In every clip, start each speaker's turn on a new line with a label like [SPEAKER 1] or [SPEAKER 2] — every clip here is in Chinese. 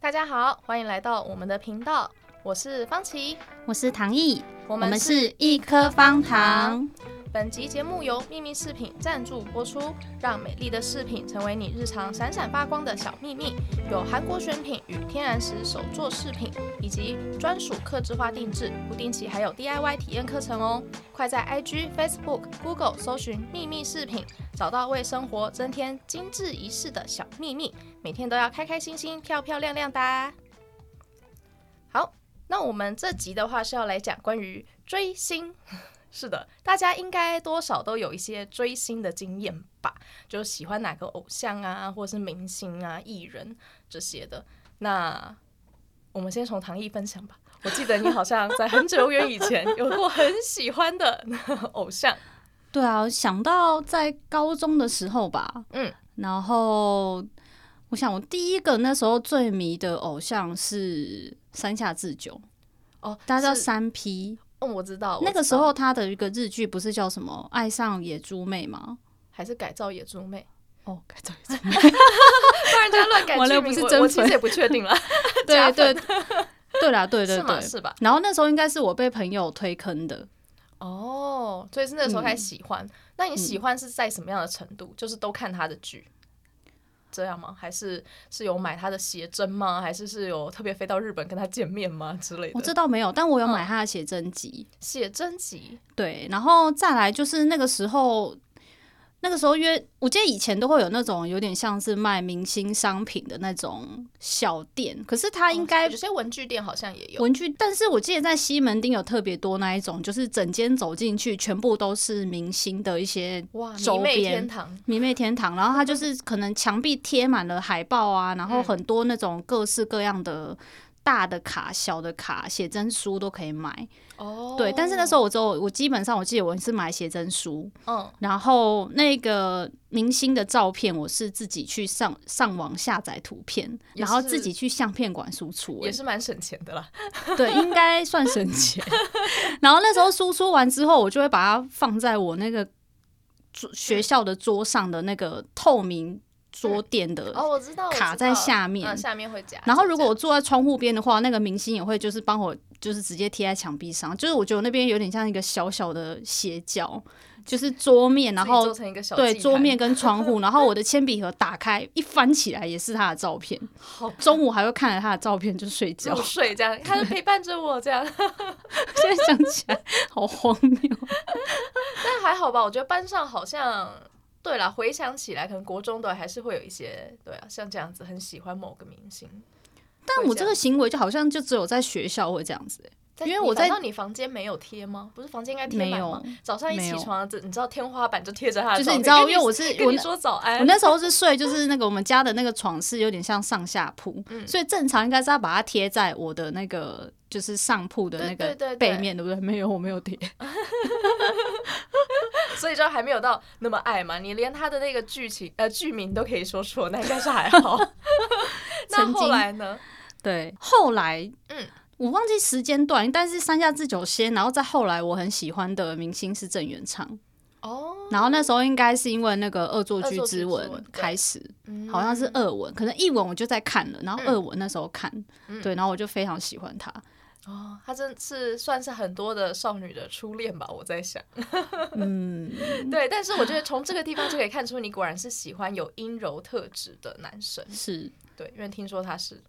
[SPEAKER 1] 大家好，欢迎来到我们的频道，我是方琪，
[SPEAKER 2] 我是唐毅，
[SPEAKER 1] 我
[SPEAKER 2] 我们
[SPEAKER 1] 是
[SPEAKER 2] 是一颗方糖。
[SPEAKER 1] 本集节目由秘密饰品赞助播出，让美丽的饰品成为你日常闪闪发光的小秘密。有韩国选品与天然石手作饰品，以及专属客制化定制，不定期还有 DIY 体验课程哦。快在 IG、Facebook、Google 搜寻秘密饰品，找到为生活增添精致仪式的小秘密，每天都要开开心心、漂漂亮亮的啊。好，那我们这集的话是要来讲关于追星。是的，大家应该多少都有一些追星的经验吧，就是喜欢哪个偶像啊，或者是明星啊、艺人这些的。那我们先从唐毅分享吧。我记得你好像在很久远以前有过很喜欢的 偶像，哦
[SPEAKER 2] 对啊，想到在高中的时候吧，
[SPEAKER 1] 嗯，
[SPEAKER 2] 然后我想我第一个那时候最迷的偶像是山下智久，
[SPEAKER 1] 哦，
[SPEAKER 2] 他叫
[SPEAKER 1] 是
[SPEAKER 2] 三 P。
[SPEAKER 1] 嗯，我知道，我
[SPEAKER 2] 那个
[SPEAKER 1] 知
[SPEAKER 2] 时
[SPEAKER 1] 道
[SPEAKER 2] 候他的一个日剧不是叫什么《爱上野猪妹》吗？
[SPEAKER 1] 还是改造野猪妹，
[SPEAKER 2] 哦，改造
[SPEAKER 1] 不然人家乱改
[SPEAKER 2] 完了
[SPEAKER 1] 剧
[SPEAKER 2] 不
[SPEAKER 1] 名，
[SPEAKER 2] 是
[SPEAKER 1] 我
[SPEAKER 2] 真
[SPEAKER 1] 我其实
[SPEAKER 2] 粉
[SPEAKER 1] 也不确定了，
[SPEAKER 2] 对
[SPEAKER 1] 加
[SPEAKER 2] 对
[SPEAKER 1] 分
[SPEAKER 2] 对啦， 对对
[SPEAKER 1] 是吗？
[SPEAKER 2] 对。
[SPEAKER 1] 是吧？
[SPEAKER 2] 然后那时候应该是我被朋友推坑的，
[SPEAKER 1] 哦，所以是那时候
[SPEAKER 2] 嗯
[SPEAKER 1] 开始喜欢。那你喜欢是在什么样的程度？就是都看他的剧，这样吗？还是是有买他的写真吗？还是是有特别飞到日本跟他见面吗之类
[SPEAKER 2] 我
[SPEAKER 1] 的？
[SPEAKER 2] 知道没有，但我有买
[SPEAKER 1] 嗯
[SPEAKER 2] 他的写真集。
[SPEAKER 1] 写真集
[SPEAKER 2] 对，然后再来就是那个时候，那个时候约，我记得以前都会有那种有点像是卖明星商品的那种小店，可是它应该
[SPEAKER 1] 哦有些文具店好像也有。
[SPEAKER 2] 文具，但是我记得在西门町有特别多那一种，就是整间走进去全部都是明星的一些
[SPEAKER 1] 哇，迷
[SPEAKER 2] 周
[SPEAKER 1] 妹
[SPEAKER 2] 边
[SPEAKER 1] 天堂
[SPEAKER 2] 迷妹天堂，然后它就是可能墙壁贴满了海报啊，然后
[SPEAKER 1] 嗯
[SPEAKER 2] 很多那种各式各样的。大的卡、小的卡、写真书都可以买，
[SPEAKER 1] 哦。
[SPEAKER 2] 对。但是那时候我只有我基本上我记得我是买写真书，
[SPEAKER 1] 嗯，
[SPEAKER 2] 然后那个明星的照片，我是自己去上上网下载图片，
[SPEAKER 1] 也
[SPEAKER 2] 然
[SPEAKER 1] 是
[SPEAKER 2] 后自己去相片馆输出、
[SPEAKER 1] 也
[SPEAKER 2] 欸。
[SPEAKER 1] 是蛮省钱的啦。
[SPEAKER 2] 对，应该算省钱。 然后那时候输出完之后，我就会把它放在我那个桌学校的桌上的那个透明桌垫的。
[SPEAKER 1] 哦，我知道，我知
[SPEAKER 2] 卡在
[SPEAKER 1] 道
[SPEAKER 2] 下面
[SPEAKER 1] 嗯下面会夹。
[SPEAKER 2] 然后如果
[SPEAKER 1] 就
[SPEAKER 2] 我坐在窗户边的话，那个明星也会就是帮我就是直接贴在墙壁上，就是我觉得我那边有点像一个小小的斜角，就是桌面，
[SPEAKER 1] 这
[SPEAKER 2] 然
[SPEAKER 1] 样自己
[SPEAKER 2] 后
[SPEAKER 1] 做成一个小
[SPEAKER 2] 对，
[SPEAKER 1] 祭
[SPEAKER 2] 桌
[SPEAKER 1] 坛
[SPEAKER 2] 面跟窗户， 然后我的铅笔盒打开一翻起来也是他的照片，
[SPEAKER 1] 好
[SPEAKER 2] 中午还会看着他的照片就 睡觉
[SPEAKER 1] 入。睡这 样，他就陪伴着我这样。
[SPEAKER 2] 现在想起来好荒 谬。
[SPEAKER 1] 但还好吧，我觉得班上好像，对啦，回想起来，可能国中的还是会有一些，对啊，像这样子很喜欢某个明星。
[SPEAKER 2] 但我这
[SPEAKER 1] 会
[SPEAKER 2] 个行为就好像就只有在学校会这样子、欸
[SPEAKER 1] 这样，
[SPEAKER 2] 因为
[SPEAKER 1] 你
[SPEAKER 2] 我在
[SPEAKER 1] 难道你房间没有贴吗？不是房间应该贴
[SPEAKER 2] 没
[SPEAKER 1] 满吗
[SPEAKER 2] 有？，
[SPEAKER 1] 早上一
[SPEAKER 2] 没
[SPEAKER 1] 起
[SPEAKER 2] 有
[SPEAKER 1] 床，这你知道天花板就贴着他的
[SPEAKER 2] 就
[SPEAKER 1] 照片，
[SPEAKER 2] 是你知道，
[SPEAKER 1] 跟
[SPEAKER 2] 因为我是
[SPEAKER 1] 跟啊
[SPEAKER 2] 我
[SPEAKER 1] 哎你
[SPEAKER 2] 那
[SPEAKER 1] 说哎早
[SPEAKER 2] 我
[SPEAKER 1] 安，
[SPEAKER 2] 那时候是睡，就是那个我们家的那个床是有点像上下铺，
[SPEAKER 1] 嗯
[SPEAKER 2] 所以正常应该是要把它贴在我的那个就是上铺的那
[SPEAKER 1] 对
[SPEAKER 2] 个
[SPEAKER 1] 对对对
[SPEAKER 2] 背面，对不对？没有，我没有贴。
[SPEAKER 1] 所以就还没有到那么爱嘛。你连他的那个剧情呃剧名都可以说出，那应该是还 好。 那
[SPEAKER 2] 曾
[SPEAKER 1] 后
[SPEAKER 2] 经
[SPEAKER 1] 来呢？
[SPEAKER 2] 对，后来，
[SPEAKER 1] 嗯
[SPEAKER 2] 嗯，我忘记时间段，但是山下智久先，然后再后来，我很喜欢的明星是郑元畅，
[SPEAKER 1] 哦，
[SPEAKER 2] 然后那时候应该是因为那个《恶作
[SPEAKER 1] 恶
[SPEAKER 2] 剧
[SPEAKER 1] 作剧之
[SPEAKER 2] 之吻
[SPEAKER 1] 吻》对
[SPEAKER 2] 开始，
[SPEAKER 1] 嗯
[SPEAKER 2] 好像是二吻，可能一吻我就在看了，然后
[SPEAKER 1] 嗯
[SPEAKER 2] 二吻那时候看，
[SPEAKER 1] 嗯
[SPEAKER 2] 对，然后我就非常喜 欢他，
[SPEAKER 1] 哦，他真是算是很多的少女的初恋吧，我在想。
[SPEAKER 2] 嗯，
[SPEAKER 1] 对，但是我觉得从这个地方就可以看出，你果然是喜欢有阴柔特质的男生。
[SPEAKER 2] 是，
[SPEAKER 1] 对，因为听说他是。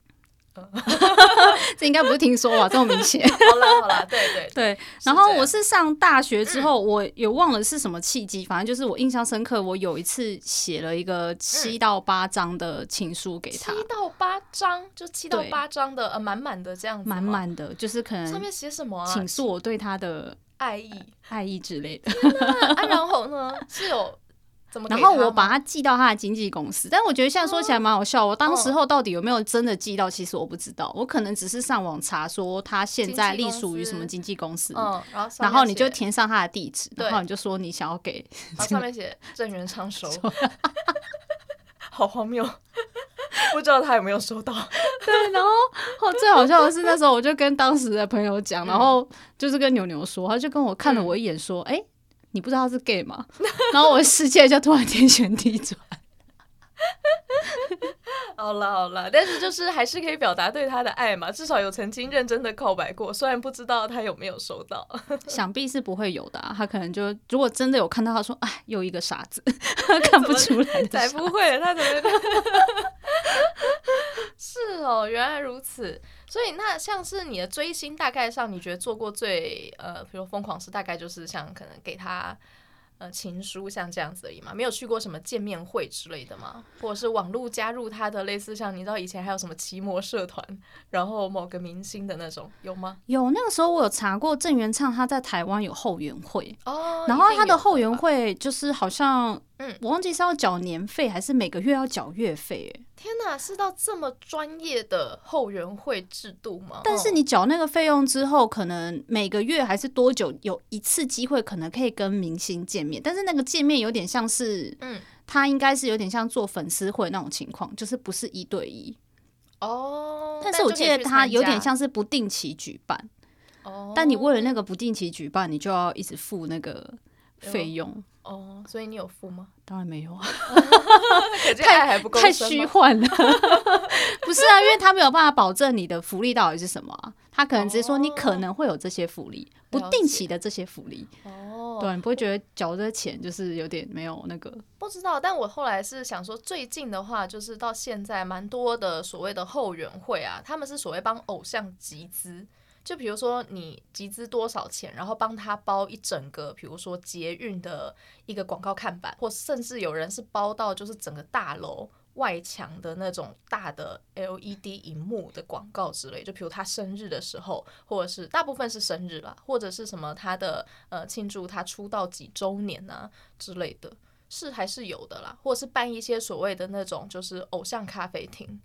[SPEAKER 2] 这应该不是听说吧，这么明显。
[SPEAKER 1] 好啦好啦，对 对，
[SPEAKER 2] 对， 然后我是上大学之后，我也忘了是什么契机，反正就是我印象深刻，我有一次写了一个
[SPEAKER 1] 嗯
[SPEAKER 2] 七到八张的情书给他，
[SPEAKER 1] 七到八章，就七到
[SPEAKER 2] 对
[SPEAKER 1] 八章的，呃，满满的这样子吗，
[SPEAKER 2] 满满的，就是可
[SPEAKER 1] 上
[SPEAKER 2] 能
[SPEAKER 1] 面写什么啊？
[SPEAKER 2] 倾诉我对他的
[SPEAKER 1] 爱意
[SPEAKER 2] 爱意之类 的。
[SPEAKER 1] 啊，啊然后呢是有怎么给
[SPEAKER 2] 然
[SPEAKER 1] 他吗？哦
[SPEAKER 2] 后我把它寄到他的经纪公司，但我觉得现在说起来蛮好笑。我
[SPEAKER 1] 嗯
[SPEAKER 2] 当时候到底有没有真的寄到，其实我不知道，我可能只是上网查说他现在隶属于什么经纪公司。
[SPEAKER 1] 嗯，然后上
[SPEAKER 2] 然后
[SPEAKER 1] 面
[SPEAKER 2] 你就
[SPEAKER 1] 写
[SPEAKER 2] 填上他的地址，
[SPEAKER 1] 对
[SPEAKER 2] 然后你就说你想要给，
[SPEAKER 1] 然后上面写郑元畅收， 好荒谬， 不知道他有没有收到。
[SPEAKER 2] 对，然后后哦最好笑的是那时候我就跟当时的朋友
[SPEAKER 1] 嗯
[SPEAKER 2] 讲，然后就是跟牛牛说，他就跟我看了我一眼说，哎、你不知道他是 gay 吗？ 然后我的世界就突然天旋地转。
[SPEAKER 1] 好了好了，但是就是还是可以表达对他的爱嘛，至少有曾经认真的告白过，虽然不知道他有没有收到。
[SPEAKER 2] 想必是不会有的啊、他可能就如果真的有看到，他说：“哎，又一个傻子， 看不出来的
[SPEAKER 1] 才
[SPEAKER 2] 傻。
[SPEAKER 1] 不会，他怎么会？是哦，原来如此。所以那像是你的追星，大概上你觉得做过最呃，比如疯狂事，大概就是像可能给他呃情书，像这样子而已嘛，没有去过什么见面会之类的吗？或者是网络加入他的类似像你知道以前还有什么奇摩社团，然后某个明星的那种有吗？
[SPEAKER 2] 有那个时候我有查过郑元畅，他在台湾有后援会，
[SPEAKER 1] 哦，
[SPEAKER 2] 然后
[SPEAKER 1] 一定
[SPEAKER 2] 他的
[SPEAKER 1] 有
[SPEAKER 2] 后援
[SPEAKER 1] 吧，
[SPEAKER 2] 会就是好像，
[SPEAKER 1] 嗯
[SPEAKER 2] 我忘记是要缴年费还是每个月要缴月费、欸
[SPEAKER 1] 天哪，是到这么专业的后援会制度吗？
[SPEAKER 2] 但是
[SPEAKER 1] 哦
[SPEAKER 2] 你缴那个费用之后，可能每个月还是多久有一次机会，可能可以跟明星见面，但是那个见面有点像是，
[SPEAKER 1] 嗯
[SPEAKER 2] 他应该是有点像做粉丝会那种情况，就是不是一对一。
[SPEAKER 1] 哦，
[SPEAKER 2] 但是我
[SPEAKER 1] 就可
[SPEAKER 2] 记
[SPEAKER 1] 以
[SPEAKER 2] 得
[SPEAKER 1] 去
[SPEAKER 2] 它
[SPEAKER 1] 参
[SPEAKER 2] 有点
[SPEAKER 1] 加，
[SPEAKER 2] 像是不定期举办，
[SPEAKER 1] 哦、
[SPEAKER 2] 但你为了那个不定期举办，你就要一直付那个费用。
[SPEAKER 1] 哦，所以你有付吗？
[SPEAKER 2] 当然没有啊，
[SPEAKER 1] 可见爱还不够
[SPEAKER 2] 太
[SPEAKER 1] 深
[SPEAKER 2] 虚
[SPEAKER 1] 吗
[SPEAKER 2] 幻了。 不是啊，因为他没有办法保证你的福利到底是什么啊，他可能只是说你可能会有这些福利，不
[SPEAKER 1] 哦了
[SPEAKER 2] 定
[SPEAKER 1] 解
[SPEAKER 2] 期的这些福利。
[SPEAKER 1] 哦，
[SPEAKER 2] 对啊，你不会觉得缴这钱就是有点没有那个？
[SPEAKER 1] 不知道，但我后来是想说，最近的话，就是到现在蛮多的所谓的后援会啊，他们是所谓帮偶像集资，就比如说你集资多少钱，然后帮他包一整个，比如说捷运的一个广告看板，或甚至有人是包到就是整个大楼。外墙的那种大的 LED 荧幕的广告之类，就比如他生日的时候，或者是大部分是生日啦，或者是什么他的呃庆祝他出道几周年啊之类的。是还是有的啦，或者是办一些所谓的那种就是偶像咖啡厅，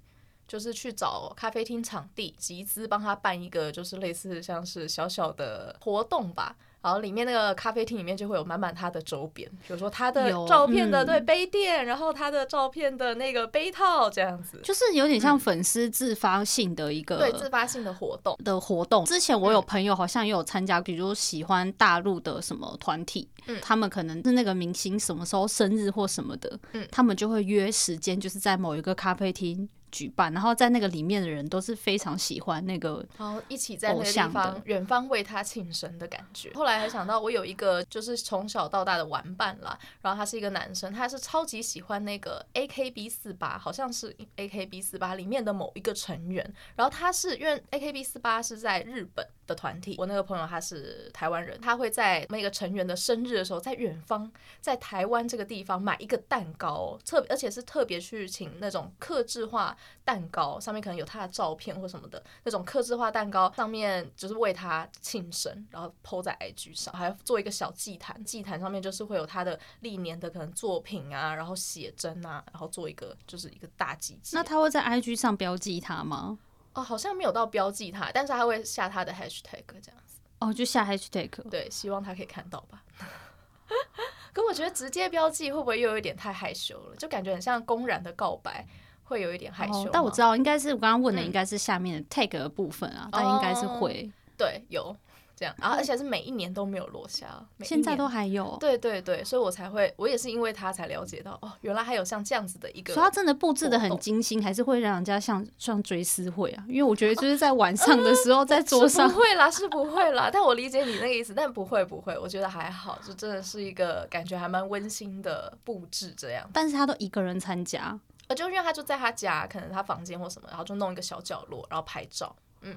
[SPEAKER 1] 就是去找咖啡厅场地集资帮他办一个就是类似像是小小的活动吧。然后里面那个咖啡厅里面就会有满满他的周边，比如说他的
[SPEAKER 2] 有
[SPEAKER 1] 照片的、
[SPEAKER 2] 嗯
[SPEAKER 1] 对杯垫，然后他的照片的那个杯套这样子，
[SPEAKER 2] 就是有点像粉丝自发性的一个
[SPEAKER 1] 嗯对自发性的活动。
[SPEAKER 2] 的活动。之前
[SPEAKER 1] 嗯
[SPEAKER 2] 我有朋友好像也有参加，比如喜欢大陆的什么团体，
[SPEAKER 1] 嗯
[SPEAKER 2] 他们可能是那个明星什么时候生日或什么的，
[SPEAKER 1] 嗯
[SPEAKER 2] 他们就会约时间，就是在某一个咖啡厅举办，然后在那个里面的人都是非常喜欢那个。
[SPEAKER 1] 然后一起在那个地
[SPEAKER 2] 偶像
[SPEAKER 1] 方
[SPEAKER 2] 的
[SPEAKER 1] 远方为他庆生的感觉。后来还想到，我有一个就是从小到大的玩伴啦，然后他是一个男生，他是超级喜欢那个 A K B 四八，好像是 A K B 四八里面的某一个成员。然后他是因为 A K B 四八是在日本的团体，我那个朋友他是台湾人，他会在那个成员的生日的时候，在远方在台湾这个地方买一个蛋糕哦、特别而且是特别去请那种克制化蛋糕，上面可能有他的照片或什么的那种克制化蛋糕，上面就是为他庆生，然后 PO 在 IG 上，还要做一个小祭坛，祭坛上面就是会有他的历年的可能作品啊，然后写真啊，然后做一个就是一个大集结。
[SPEAKER 2] 那他会在 IG 上标记他吗？
[SPEAKER 1] 哦，好像没有到标记他，但是他会下他的 hashtag 这样子。
[SPEAKER 2] 哦，就下 hashtag。
[SPEAKER 1] 对，希望他可以看到吧。 可我觉得直接标记会不会又有一点太害羞了？就感觉很像公然的告白，会有一点害羞吗、
[SPEAKER 2] 哦，但我知道应该是我刚刚问的，
[SPEAKER 1] 嗯哦
[SPEAKER 2] 应该是下面的 tag 的部分啊，但应该是会，
[SPEAKER 1] 对，有这样，啊然后而且是每一年都没有落下，每一
[SPEAKER 2] 嗯现在
[SPEAKER 1] 年
[SPEAKER 2] 都还有。
[SPEAKER 1] 对对对，所以我才会，我也是因为他才了解到，哦，原来还有像这样子的一个
[SPEAKER 2] 所以他真的布置的
[SPEAKER 1] 活
[SPEAKER 2] 很
[SPEAKER 1] 动
[SPEAKER 2] 精心，还是会让人家像像追思会啊？因为我觉得就是 在晚上的时候，在桌上
[SPEAKER 1] 是不会啦，是不会啦。但我理解你那个意思，但不会不会，我觉得还好，就真的是一个感觉还蛮温馨的布置这样。
[SPEAKER 2] 但是他都一个人参加，
[SPEAKER 1] 呃，就因为他就在他家，可能他房间或什么，然后就弄一个小角落，然后拍照。嗯，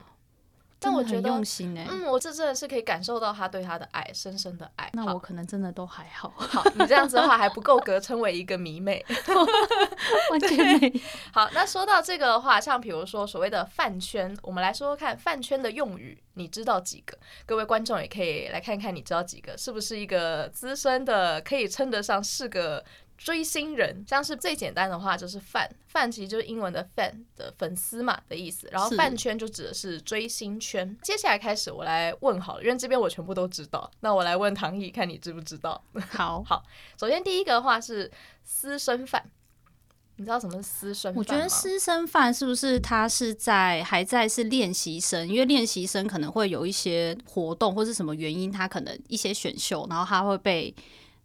[SPEAKER 1] 但
[SPEAKER 2] 真的
[SPEAKER 1] 我觉
[SPEAKER 2] 很
[SPEAKER 1] 得
[SPEAKER 2] 用，心哎、
[SPEAKER 1] 嗯，我这真的是可以感受到他对他的爱，深深的爱。
[SPEAKER 2] 那
[SPEAKER 1] 好
[SPEAKER 2] 我可能真的都还 好，
[SPEAKER 1] 好，你这样子的话还不够格称为一个迷妹。
[SPEAKER 2] 完全没。
[SPEAKER 1] 好，那说到这个的话，像比如说所谓的饭圈，我们来说说看饭圈的用语，你知道几个？各位观众也可以来看看，你知道几个？是不是一个资深的，可以称得上是个追星人？像是最简单的话就是饭，饭其实就是英文的 fan 的粉丝嘛的意思，然后
[SPEAKER 2] 是
[SPEAKER 1] 饭圈就指的是追星圈。接下来开始我来问好了，因为这边我全部都知道，那我来问唐毅，看你知不知道？
[SPEAKER 2] 好，
[SPEAKER 1] 首先第一个的话是私生饭。你知道什么是私生饭吗？
[SPEAKER 2] 我觉得师生饭是不是他是在还在是练习生？因为练习生可能会有一些活动或是什么原因，他可能一些选秀，然后他会被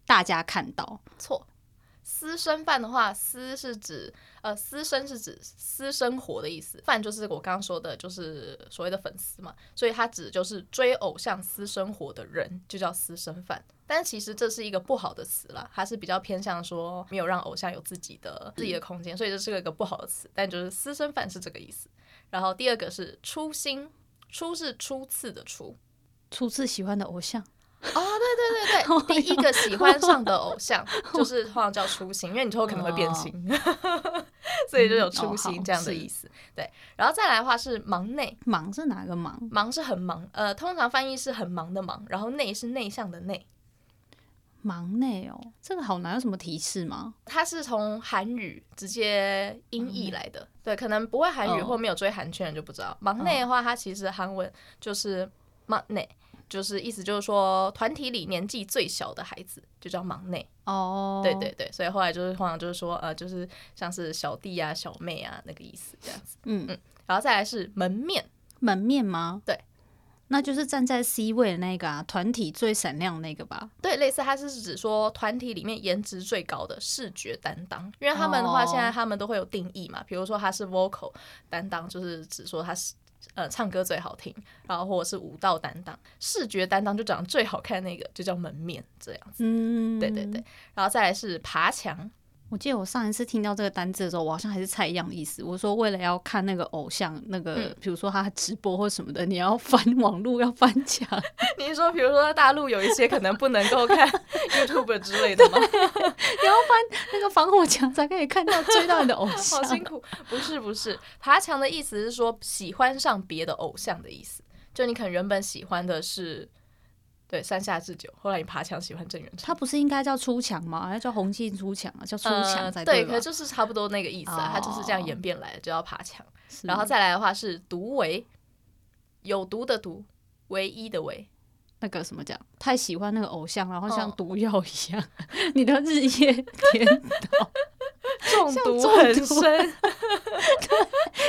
[SPEAKER 2] 大家看到。
[SPEAKER 1] 错，私私生饭的话，私是指呃私生是指私生活的意思，饭就是我刚刚说的，就是所谓的粉丝嘛，所以它指就是追偶像私生活的人就叫私生饭。但其实这是一个不好的词啦，它是比较偏向说没有让偶像有自己的自己的空间，所以这是一个不好的词。但就是私生饭是这个意思。然后第二个是初心，初是初次的初，
[SPEAKER 2] 初次喜欢的偶像，
[SPEAKER 1] 哦， 对对对对，第一个喜欢上的偶像就是通常叫初心，因为你之后可能会变心， 所以就有初
[SPEAKER 2] 嗯哦
[SPEAKER 1] 心
[SPEAKER 2] 好
[SPEAKER 1] 这样的意思。对，然后再来的话是忙内，
[SPEAKER 2] 忙是哪个忙？
[SPEAKER 1] 忙是很忙，呃，通常翻译是很忙的忙，然后内是内向的内，
[SPEAKER 2] 忙内哦，这个好难，有什么提示吗？
[SPEAKER 1] 它是从韩语直接音译来的。对，可能不会韩语
[SPEAKER 2] 嗯哦
[SPEAKER 1] 或没有追韩圈的就不知道。忙内的话，它其实韩文就是忙内，就是意思就是说团体里年纪最小的孩子就叫忙内。
[SPEAKER 2] 哦，
[SPEAKER 1] 对对，对，所以后来就是通常就是说，呃，就是像是小弟啊、小妹啊那个意思这样子。
[SPEAKER 2] 嗯，
[SPEAKER 1] 然后再来是门面，
[SPEAKER 2] 门面吗？
[SPEAKER 1] 对，
[SPEAKER 2] 那就是站在 C 位的那个啊，团体最闪亮的那个吧。
[SPEAKER 1] 对，类似它是指说团体里面颜值最高的视觉担当，因为他们的话，
[SPEAKER 2] 哦
[SPEAKER 1] 现在他们都会有定义嘛，比如说他是 vocal 担当，就是指说他是。呃，唱歌最好听，然后或者是舞蹈担当、视觉担当，就长得最好看那个就叫门面这样子。
[SPEAKER 2] 嗯，
[SPEAKER 1] 对对对，然后再来是爬墙，
[SPEAKER 2] 我记得我上一次听到这个单字的时候，我好像还是猜一样的意思。我说为了要看那个偶像，那个
[SPEAKER 1] 嗯
[SPEAKER 2] 比如说他直播或什么的，你要翻网络要翻墙，
[SPEAKER 1] 你是说比如说大陆有一些可能不能够看 YouTube 之类的吗？
[SPEAKER 2] 你要翻那个防火墙才可以看到追到你的偶像。
[SPEAKER 1] 好辛苦。不是不是，爬墙的意思是说喜欢上别的偶像的意思，就你可能原本喜欢的是对山下智久，后来你爬墙喜欢郑元
[SPEAKER 2] 他
[SPEAKER 1] 畅。
[SPEAKER 2] 不是应该叫出墙吗？要叫红杏出墙啊，叫出墙才
[SPEAKER 1] 呃、对，
[SPEAKER 2] 吧？
[SPEAKER 1] 可就是差不多那个意思啊，它就是这样
[SPEAKER 2] 哦
[SPEAKER 1] 演变来的，就要爬墙。
[SPEAKER 2] 是
[SPEAKER 1] 然后再来的话是独唯，有毒的毒，唯一的唯。
[SPEAKER 2] 那个什么讲，太喜欢那个偶像，然后像
[SPEAKER 1] 哦
[SPEAKER 2] 毒药一样， 你的日夜颠倒，
[SPEAKER 1] 中
[SPEAKER 2] 像
[SPEAKER 1] 毒
[SPEAKER 2] 中
[SPEAKER 1] 很
[SPEAKER 2] 毒
[SPEAKER 1] 深，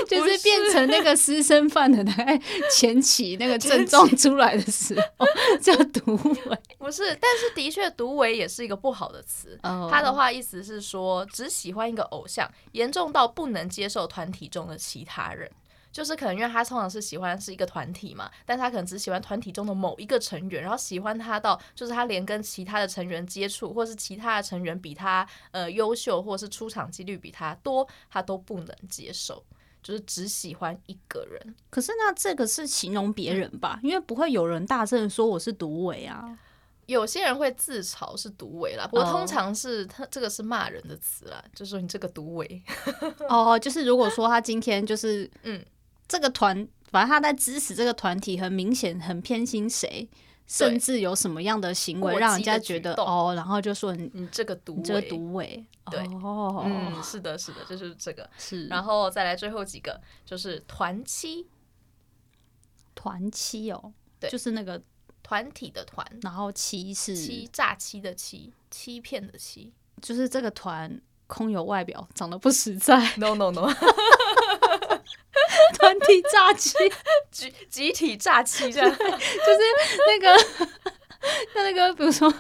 [SPEAKER 2] 就是变成那个私生饭的大概前期那个症状出来的时候叫毒尾。
[SPEAKER 1] 不是，但是的确，独唯也是一个不好的词。
[SPEAKER 2] 哦
[SPEAKER 1] 他的话意思是说，只喜欢一个偶像，严重到不能接受团体中的其他人。就是可能因为他通常是喜欢是一个团体嘛，但他可能只喜欢团体中的某一个成员，然后喜欢他到就是他连跟其他的成员接触，或是其他的成员比他呃优秀，或是出场几率比他多，他都不能接受，就是只喜欢一个人。
[SPEAKER 2] 可是那这个是形容别人吧？因为不会有人大声说我是毒尾啊。
[SPEAKER 1] 有些人会自嘲是独尾啦，不过
[SPEAKER 2] 哦
[SPEAKER 1] 通常是他这个是骂人的词啦，就说你这个独尾，
[SPEAKER 2] 哦，就是如果说他今天就是
[SPEAKER 1] 嗯
[SPEAKER 2] 这个团，反正他在支持这个团体，很明显很偏心谁，甚至有什么样的行
[SPEAKER 1] 过
[SPEAKER 2] 为
[SPEAKER 1] 激
[SPEAKER 2] 让人家
[SPEAKER 1] 的
[SPEAKER 2] 觉
[SPEAKER 1] 举
[SPEAKER 2] 得
[SPEAKER 1] 动
[SPEAKER 2] 哦，然后就说你
[SPEAKER 1] 你这个独
[SPEAKER 2] 你
[SPEAKER 1] 尾，
[SPEAKER 2] 这个毒尾，
[SPEAKER 1] 对
[SPEAKER 2] 哦，
[SPEAKER 1] 嗯，是的，是的，就是这个。
[SPEAKER 2] 是，
[SPEAKER 1] 然后再来最后几个就是团欺，
[SPEAKER 2] 团欺哦，
[SPEAKER 1] 对
[SPEAKER 2] 就是那个，
[SPEAKER 1] 团体的团，
[SPEAKER 2] 然后欺是
[SPEAKER 1] 欺诈欺的欺，欺骗的欺。
[SPEAKER 2] 就是这个团空有外表，长得不实在，
[SPEAKER 1] No no no，
[SPEAKER 2] 团体诈欺，
[SPEAKER 1] 集集体诈欺这 样。
[SPEAKER 2] 那个那那个，比如说。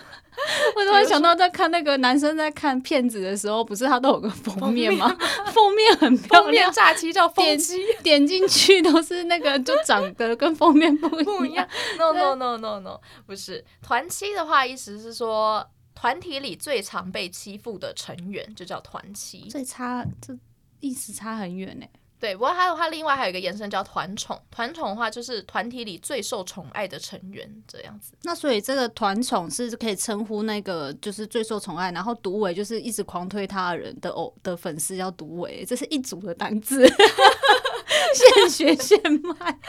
[SPEAKER 2] 我突然想到，在看那个男生在看片子的时候，不是他都有个封面吗？封面很漂
[SPEAKER 1] 封
[SPEAKER 2] 亮
[SPEAKER 1] 面，诈欺叫封
[SPEAKER 2] 点
[SPEAKER 1] 欺，
[SPEAKER 2] 点进去都是那个，就长得跟封面不
[SPEAKER 1] 不一
[SPEAKER 2] 一
[SPEAKER 1] 样
[SPEAKER 2] 样。。
[SPEAKER 1] No no no no no，不是团欺的话，意思是说团体里最常被欺负的成员就叫团欺。
[SPEAKER 2] 所以差这意思差很远欸呢。
[SPEAKER 1] 对，不过它的话，另外还有一个延伸叫团宠。团宠的话，就是团体里最受宠爱的成员这样子。
[SPEAKER 2] 那所以这个团宠是可以称呼那个就是最受宠爱，然后独尾就是一直狂推他的人的偶的粉丝叫独尾，这是一组的单字， 现学现卖。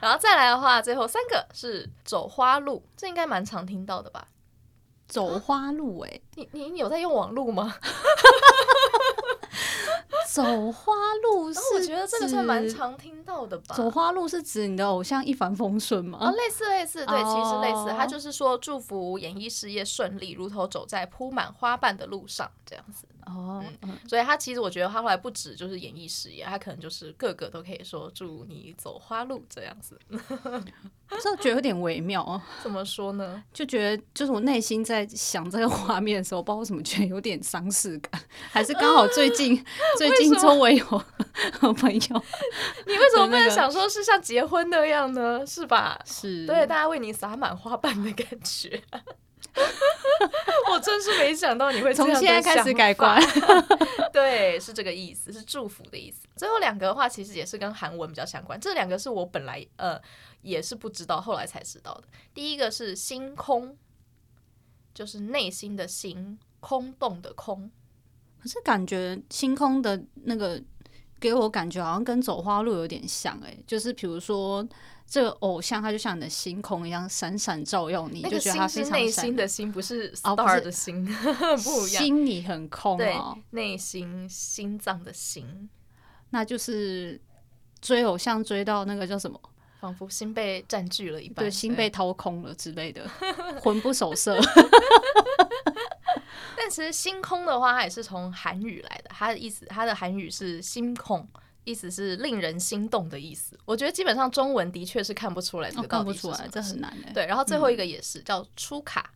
[SPEAKER 1] 然后再来的话，最后三个是走花路，这应该蛮常听到的吧？
[SPEAKER 2] 走花路哎、
[SPEAKER 1] 你你你有在用网路吗？
[SPEAKER 2] 走花路是
[SPEAKER 1] 然后哦我觉得这个算蛮
[SPEAKER 2] 指。
[SPEAKER 1] 常听到的吧。
[SPEAKER 2] 走花路是指你的偶像一帆风顺
[SPEAKER 1] 哦，
[SPEAKER 2] 吗？
[SPEAKER 1] 类似类似，对，其实类似，它
[SPEAKER 2] 哦
[SPEAKER 1] 就是说祝福演艺事业顺利，如同走在铺满花瓣的路上这样子。
[SPEAKER 2] 哦，嗯
[SPEAKER 1] 所以他其实我觉得他后来不止就是演艺事业，他可能就是各个都可以说祝你走花路这样子。
[SPEAKER 2] 不知道觉得有点微妙哦，
[SPEAKER 1] 怎么说呢？
[SPEAKER 2] 就觉得就是我内心在想这个画面的时候，不知道为什么觉得有点丧事感，还是刚好最近、最 近
[SPEAKER 1] 为什么
[SPEAKER 2] 周围有有 朋友
[SPEAKER 1] 你为什么不
[SPEAKER 2] 那
[SPEAKER 1] 能
[SPEAKER 2] 个
[SPEAKER 1] 想说是像结婚那样呢？是吧？
[SPEAKER 2] 是
[SPEAKER 1] 对，大家为你撒满花瓣的感觉。 我真是没想到你会这
[SPEAKER 2] 从
[SPEAKER 1] 样
[SPEAKER 2] 现在
[SPEAKER 1] 的
[SPEAKER 2] 开始
[SPEAKER 1] 想
[SPEAKER 2] 改
[SPEAKER 1] 法
[SPEAKER 2] 观，
[SPEAKER 1] 对，是这个意思，是祝福的意思。最后两个的话，其实也是跟韩文比较相关。这两个是我本来呃也是不知道，后来才知道的。第一个是星空，就是内心的心，空洞的空。
[SPEAKER 2] 可是感觉星空的那个给我感觉好像跟走花路有点像哎、就是比如说这个偶像他就像你的星空一样闪闪照耀你，
[SPEAKER 1] 那
[SPEAKER 2] 就
[SPEAKER 1] 个
[SPEAKER 2] 觉得他
[SPEAKER 1] 心
[SPEAKER 2] 非
[SPEAKER 1] 是
[SPEAKER 2] 常
[SPEAKER 1] 内
[SPEAKER 2] 闪
[SPEAKER 1] 心的心，不是
[SPEAKER 2] 哦不是
[SPEAKER 1] star 的心，不一样。
[SPEAKER 2] 心里很空
[SPEAKER 1] 对
[SPEAKER 2] 哦，，
[SPEAKER 1] 内心心脏的心，
[SPEAKER 2] 那就是追偶像追到那个叫什么？
[SPEAKER 1] 仿佛心被占据了一般。
[SPEAKER 2] 对，心被掏空了之 类的，魂不守舍。
[SPEAKER 1] 但其实星空的话，它也是从韩语来的，它的意思，它的韩语是心空。意思是令人心动的意思，我觉得基本上中文的确是看不出来这
[SPEAKER 2] 我
[SPEAKER 1] 个
[SPEAKER 2] 哦看
[SPEAKER 1] 到
[SPEAKER 2] 不
[SPEAKER 1] 底是什
[SPEAKER 2] 出
[SPEAKER 1] 么事、
[SPEAKER 2] 来，这很难哎、
[SPEAKER 1] 对。然后最后一个也是、叫出卡，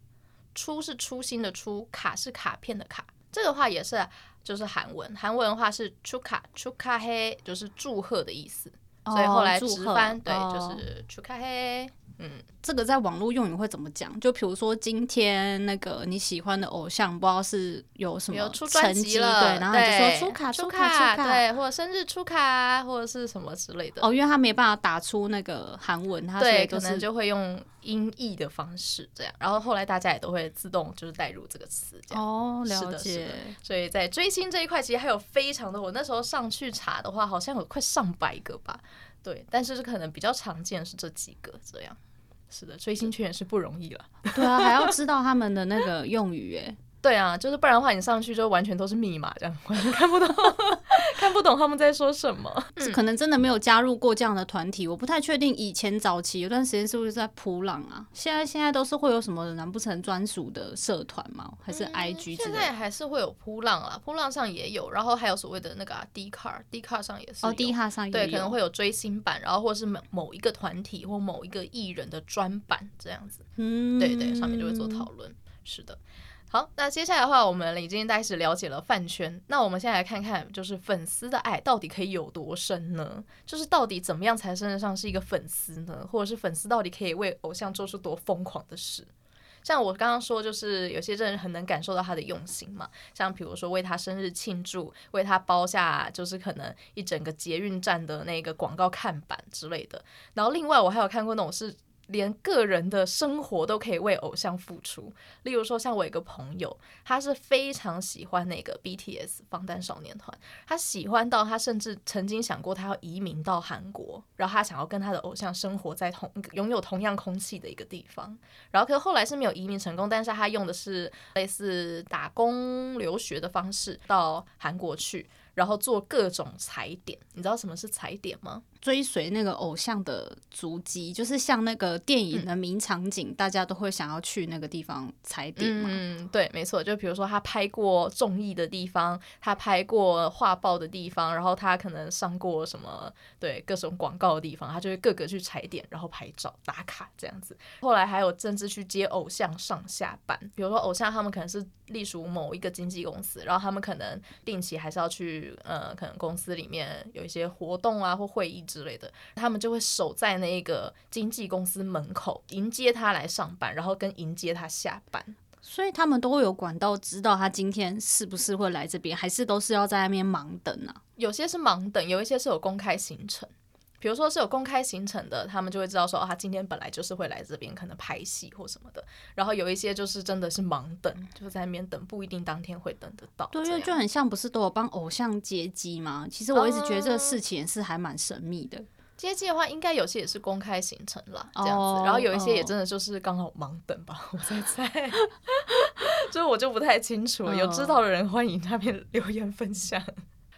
[SPEAKER 1] 出是初心的出，卡是卡片的卡。这个话也是就是韩文，韩文的话是出卡出卡嘿，就是祝贺的意思。
[SPEAKER 2] 哦
[SPEAKER 1] 所以后来
[SPEAKER 2] 祝
[SPEAKER 1] 直
[SPEAKER 2] 贺
[SPEAKER 1] 翻、对
[SPEAKER 2] 哦
[SPEAKER 1] 就是出卡嘿，嗯，
[SPEAKER 2] 这个在网络用语会怎么讲？就比如说今天那个你喜欢的偶像，不知道是有什
[SPEAKER 1] 比如
[SPEAKER 2] 么
[SPEAKER 1] 出专
[SPEAKER 2] 成
[SPEAKER 1] 辑
[SPEAKER 2] 绩，
[SPEAKER 1] 了，
[SPEAKER 2] 对，然后你就说出卡
[SPEAKER 1] 出
[SPEAKER 2] 卡出卡。
[SPEAKER 1] 对，或者生日出卡，或者是什么之类的。
[SPEAKER 2] 哦，因为他没办法打出那个韩文，他所以
[SPEAKER 1] 对，
[SPEAKER 2] 都
[SPEAKER 1] 可能
[SPEAKER 2] 是
[SPEAKER 1] 就会用音译的方式这样，然后后来大家也都会自动就是带入这个词这样。
[SPEAKER 2] 哦，
[SPEAKER 1] 是
[SPEAKER 2] 了
[SPEAKER 1] 的是的
[SPEAKER 2] 解。
[SPEAKER 1] 所以在追星这一块，其实还有非常多。我那时候上去查的话，好像有快上百个吧。对，但是可能比较常见是这几个这样。是的，追星圈也是不容易了。
[SPEAKER 2] 对啊，还要知道他们的那个用语 哎。
[SPEAKER 1] 对啊，就是不然的话，你上去就完全都是密码这样， 完全看不懂，看不懂他们在说什么。
[SPEAKER 2] 可能真的没有加入过这样的团体，我不太确定。以前早期有段时间是不是在普朗啊？现在现在都是会有什么难不成专属的社团吗？还是 IG
[SPEAKER 1] 嗯
[SPEAKER 2] 之
[SPEAKER 1] 现
[SPEAKER 2] 类
[SPEAKER 1] 在
[SPEAKER 2] 的？
[SPEAKER 1] 还是会有扑浪啦，扑浪上也有，然后还有所谓的那个、啊、D car D car 上也是
[SPEAKER 2] 哦
[SPEAKER 1] 有
[SPEAKER 2] ，D 哈上也
[SPEAKER 1] 对，
[SPEAKER 2] 有
[SPEAKER 1] 可能会有追星版，然后或是某某一个团体或某一个艺人的专版这样子，
[SPEAKER 2] 嗯
[SPEAKER 1] 对对，上面就会做讨论。是的，好，那接下来的话，我们已经开始了解了饭圈，那我们现在来看看，就是粉丝的爱到底可以有多深呢？就是到底怎么样才称得上是一个粉丝呢？或者是粉丝到底可以为偶像做出多疯狂的事？像我刚刚说，就是有些人很能感受到他的用心嘛，像比如说为他生日庆祝，为他包下就是可能一整个捷运站的那个广告看板之类的。然后另外我还有看过那种是连个人的生活都可以为偶像付出，例如说像我有一个朋友，他是非常喜欢那个 BTS 防弹少年团，他喜欢到他甚至曾经想过他要移民到韩国，然后他想要跟他的偶像生活在同拥有同样空气的一个地方。然后可是后来是没有移民成功，但是他用的是类似打工留学的方式到韩国去，然后做各种踩点。你知道什么是踩点吗？
[SPEAKER 2] 追随那个偶像的足迹，就是像那个电
[SPEAKER 1] 嗯
[SPEAKER 2] 影的名场景，大家都会想要去那个地方踩点嘛。
[SPEAKER 1] 嗯，对，没错，就比如说他拍过综艺的地方，他拍过画报的地方，然后他可能上过什么对各种广告的地方，他就会各个去踩点，然后拍照打卡这样子。后来还有甚至去接偶像上下班，比如说偶像他们可能是隶属某一个经纪公司，然后他们可能定期还是要去呃，可能公司里面有一些活动啊或会议之类的，他们就会守在那个经纪公司门口迎接他来上班，然后跟迎接他下班。
[SPEAKER 2] 所以他们都会有管道知道他今天是不是会来这边，还是都是要在那边盲等啊？
[SPEAKER 1] 有些是盲等，有一些是有公开行程。比如说是有公开行程的，他们就会知道说，哦，他今天本来就是会来这边，可能拍戏或什么的。然后有一些就是真的是盲等，就在那边等，不一定当天会等得到。
[SPEAKER 2] 对，
[SPEAKER 1] 这
[SPEAKER 2] 因
[SPEAKER 1] 样
[SPEAKER 2] 为
[SPEAKER 1] 哦
[SPEAKER 2] 就很像，不是都有帮偶像接机吗？其实我一直觉得这个事情也是还蛮神秘的。
[SPEAKER 1] 接机的话，应该有些也是公开行程啦，这
[SPEAKER 2] 哦
[SPEAKER 1] 样子。然后有一些也
[SPEAKER 2] 哦
[SPEAKER 1] 真的就是刚好盲等吧， 我在猜。就是我就不太清楚了，有知
[SPEAKER 2] 嗯
[SPEAKER 1] 道的人欢迎那边留言分享。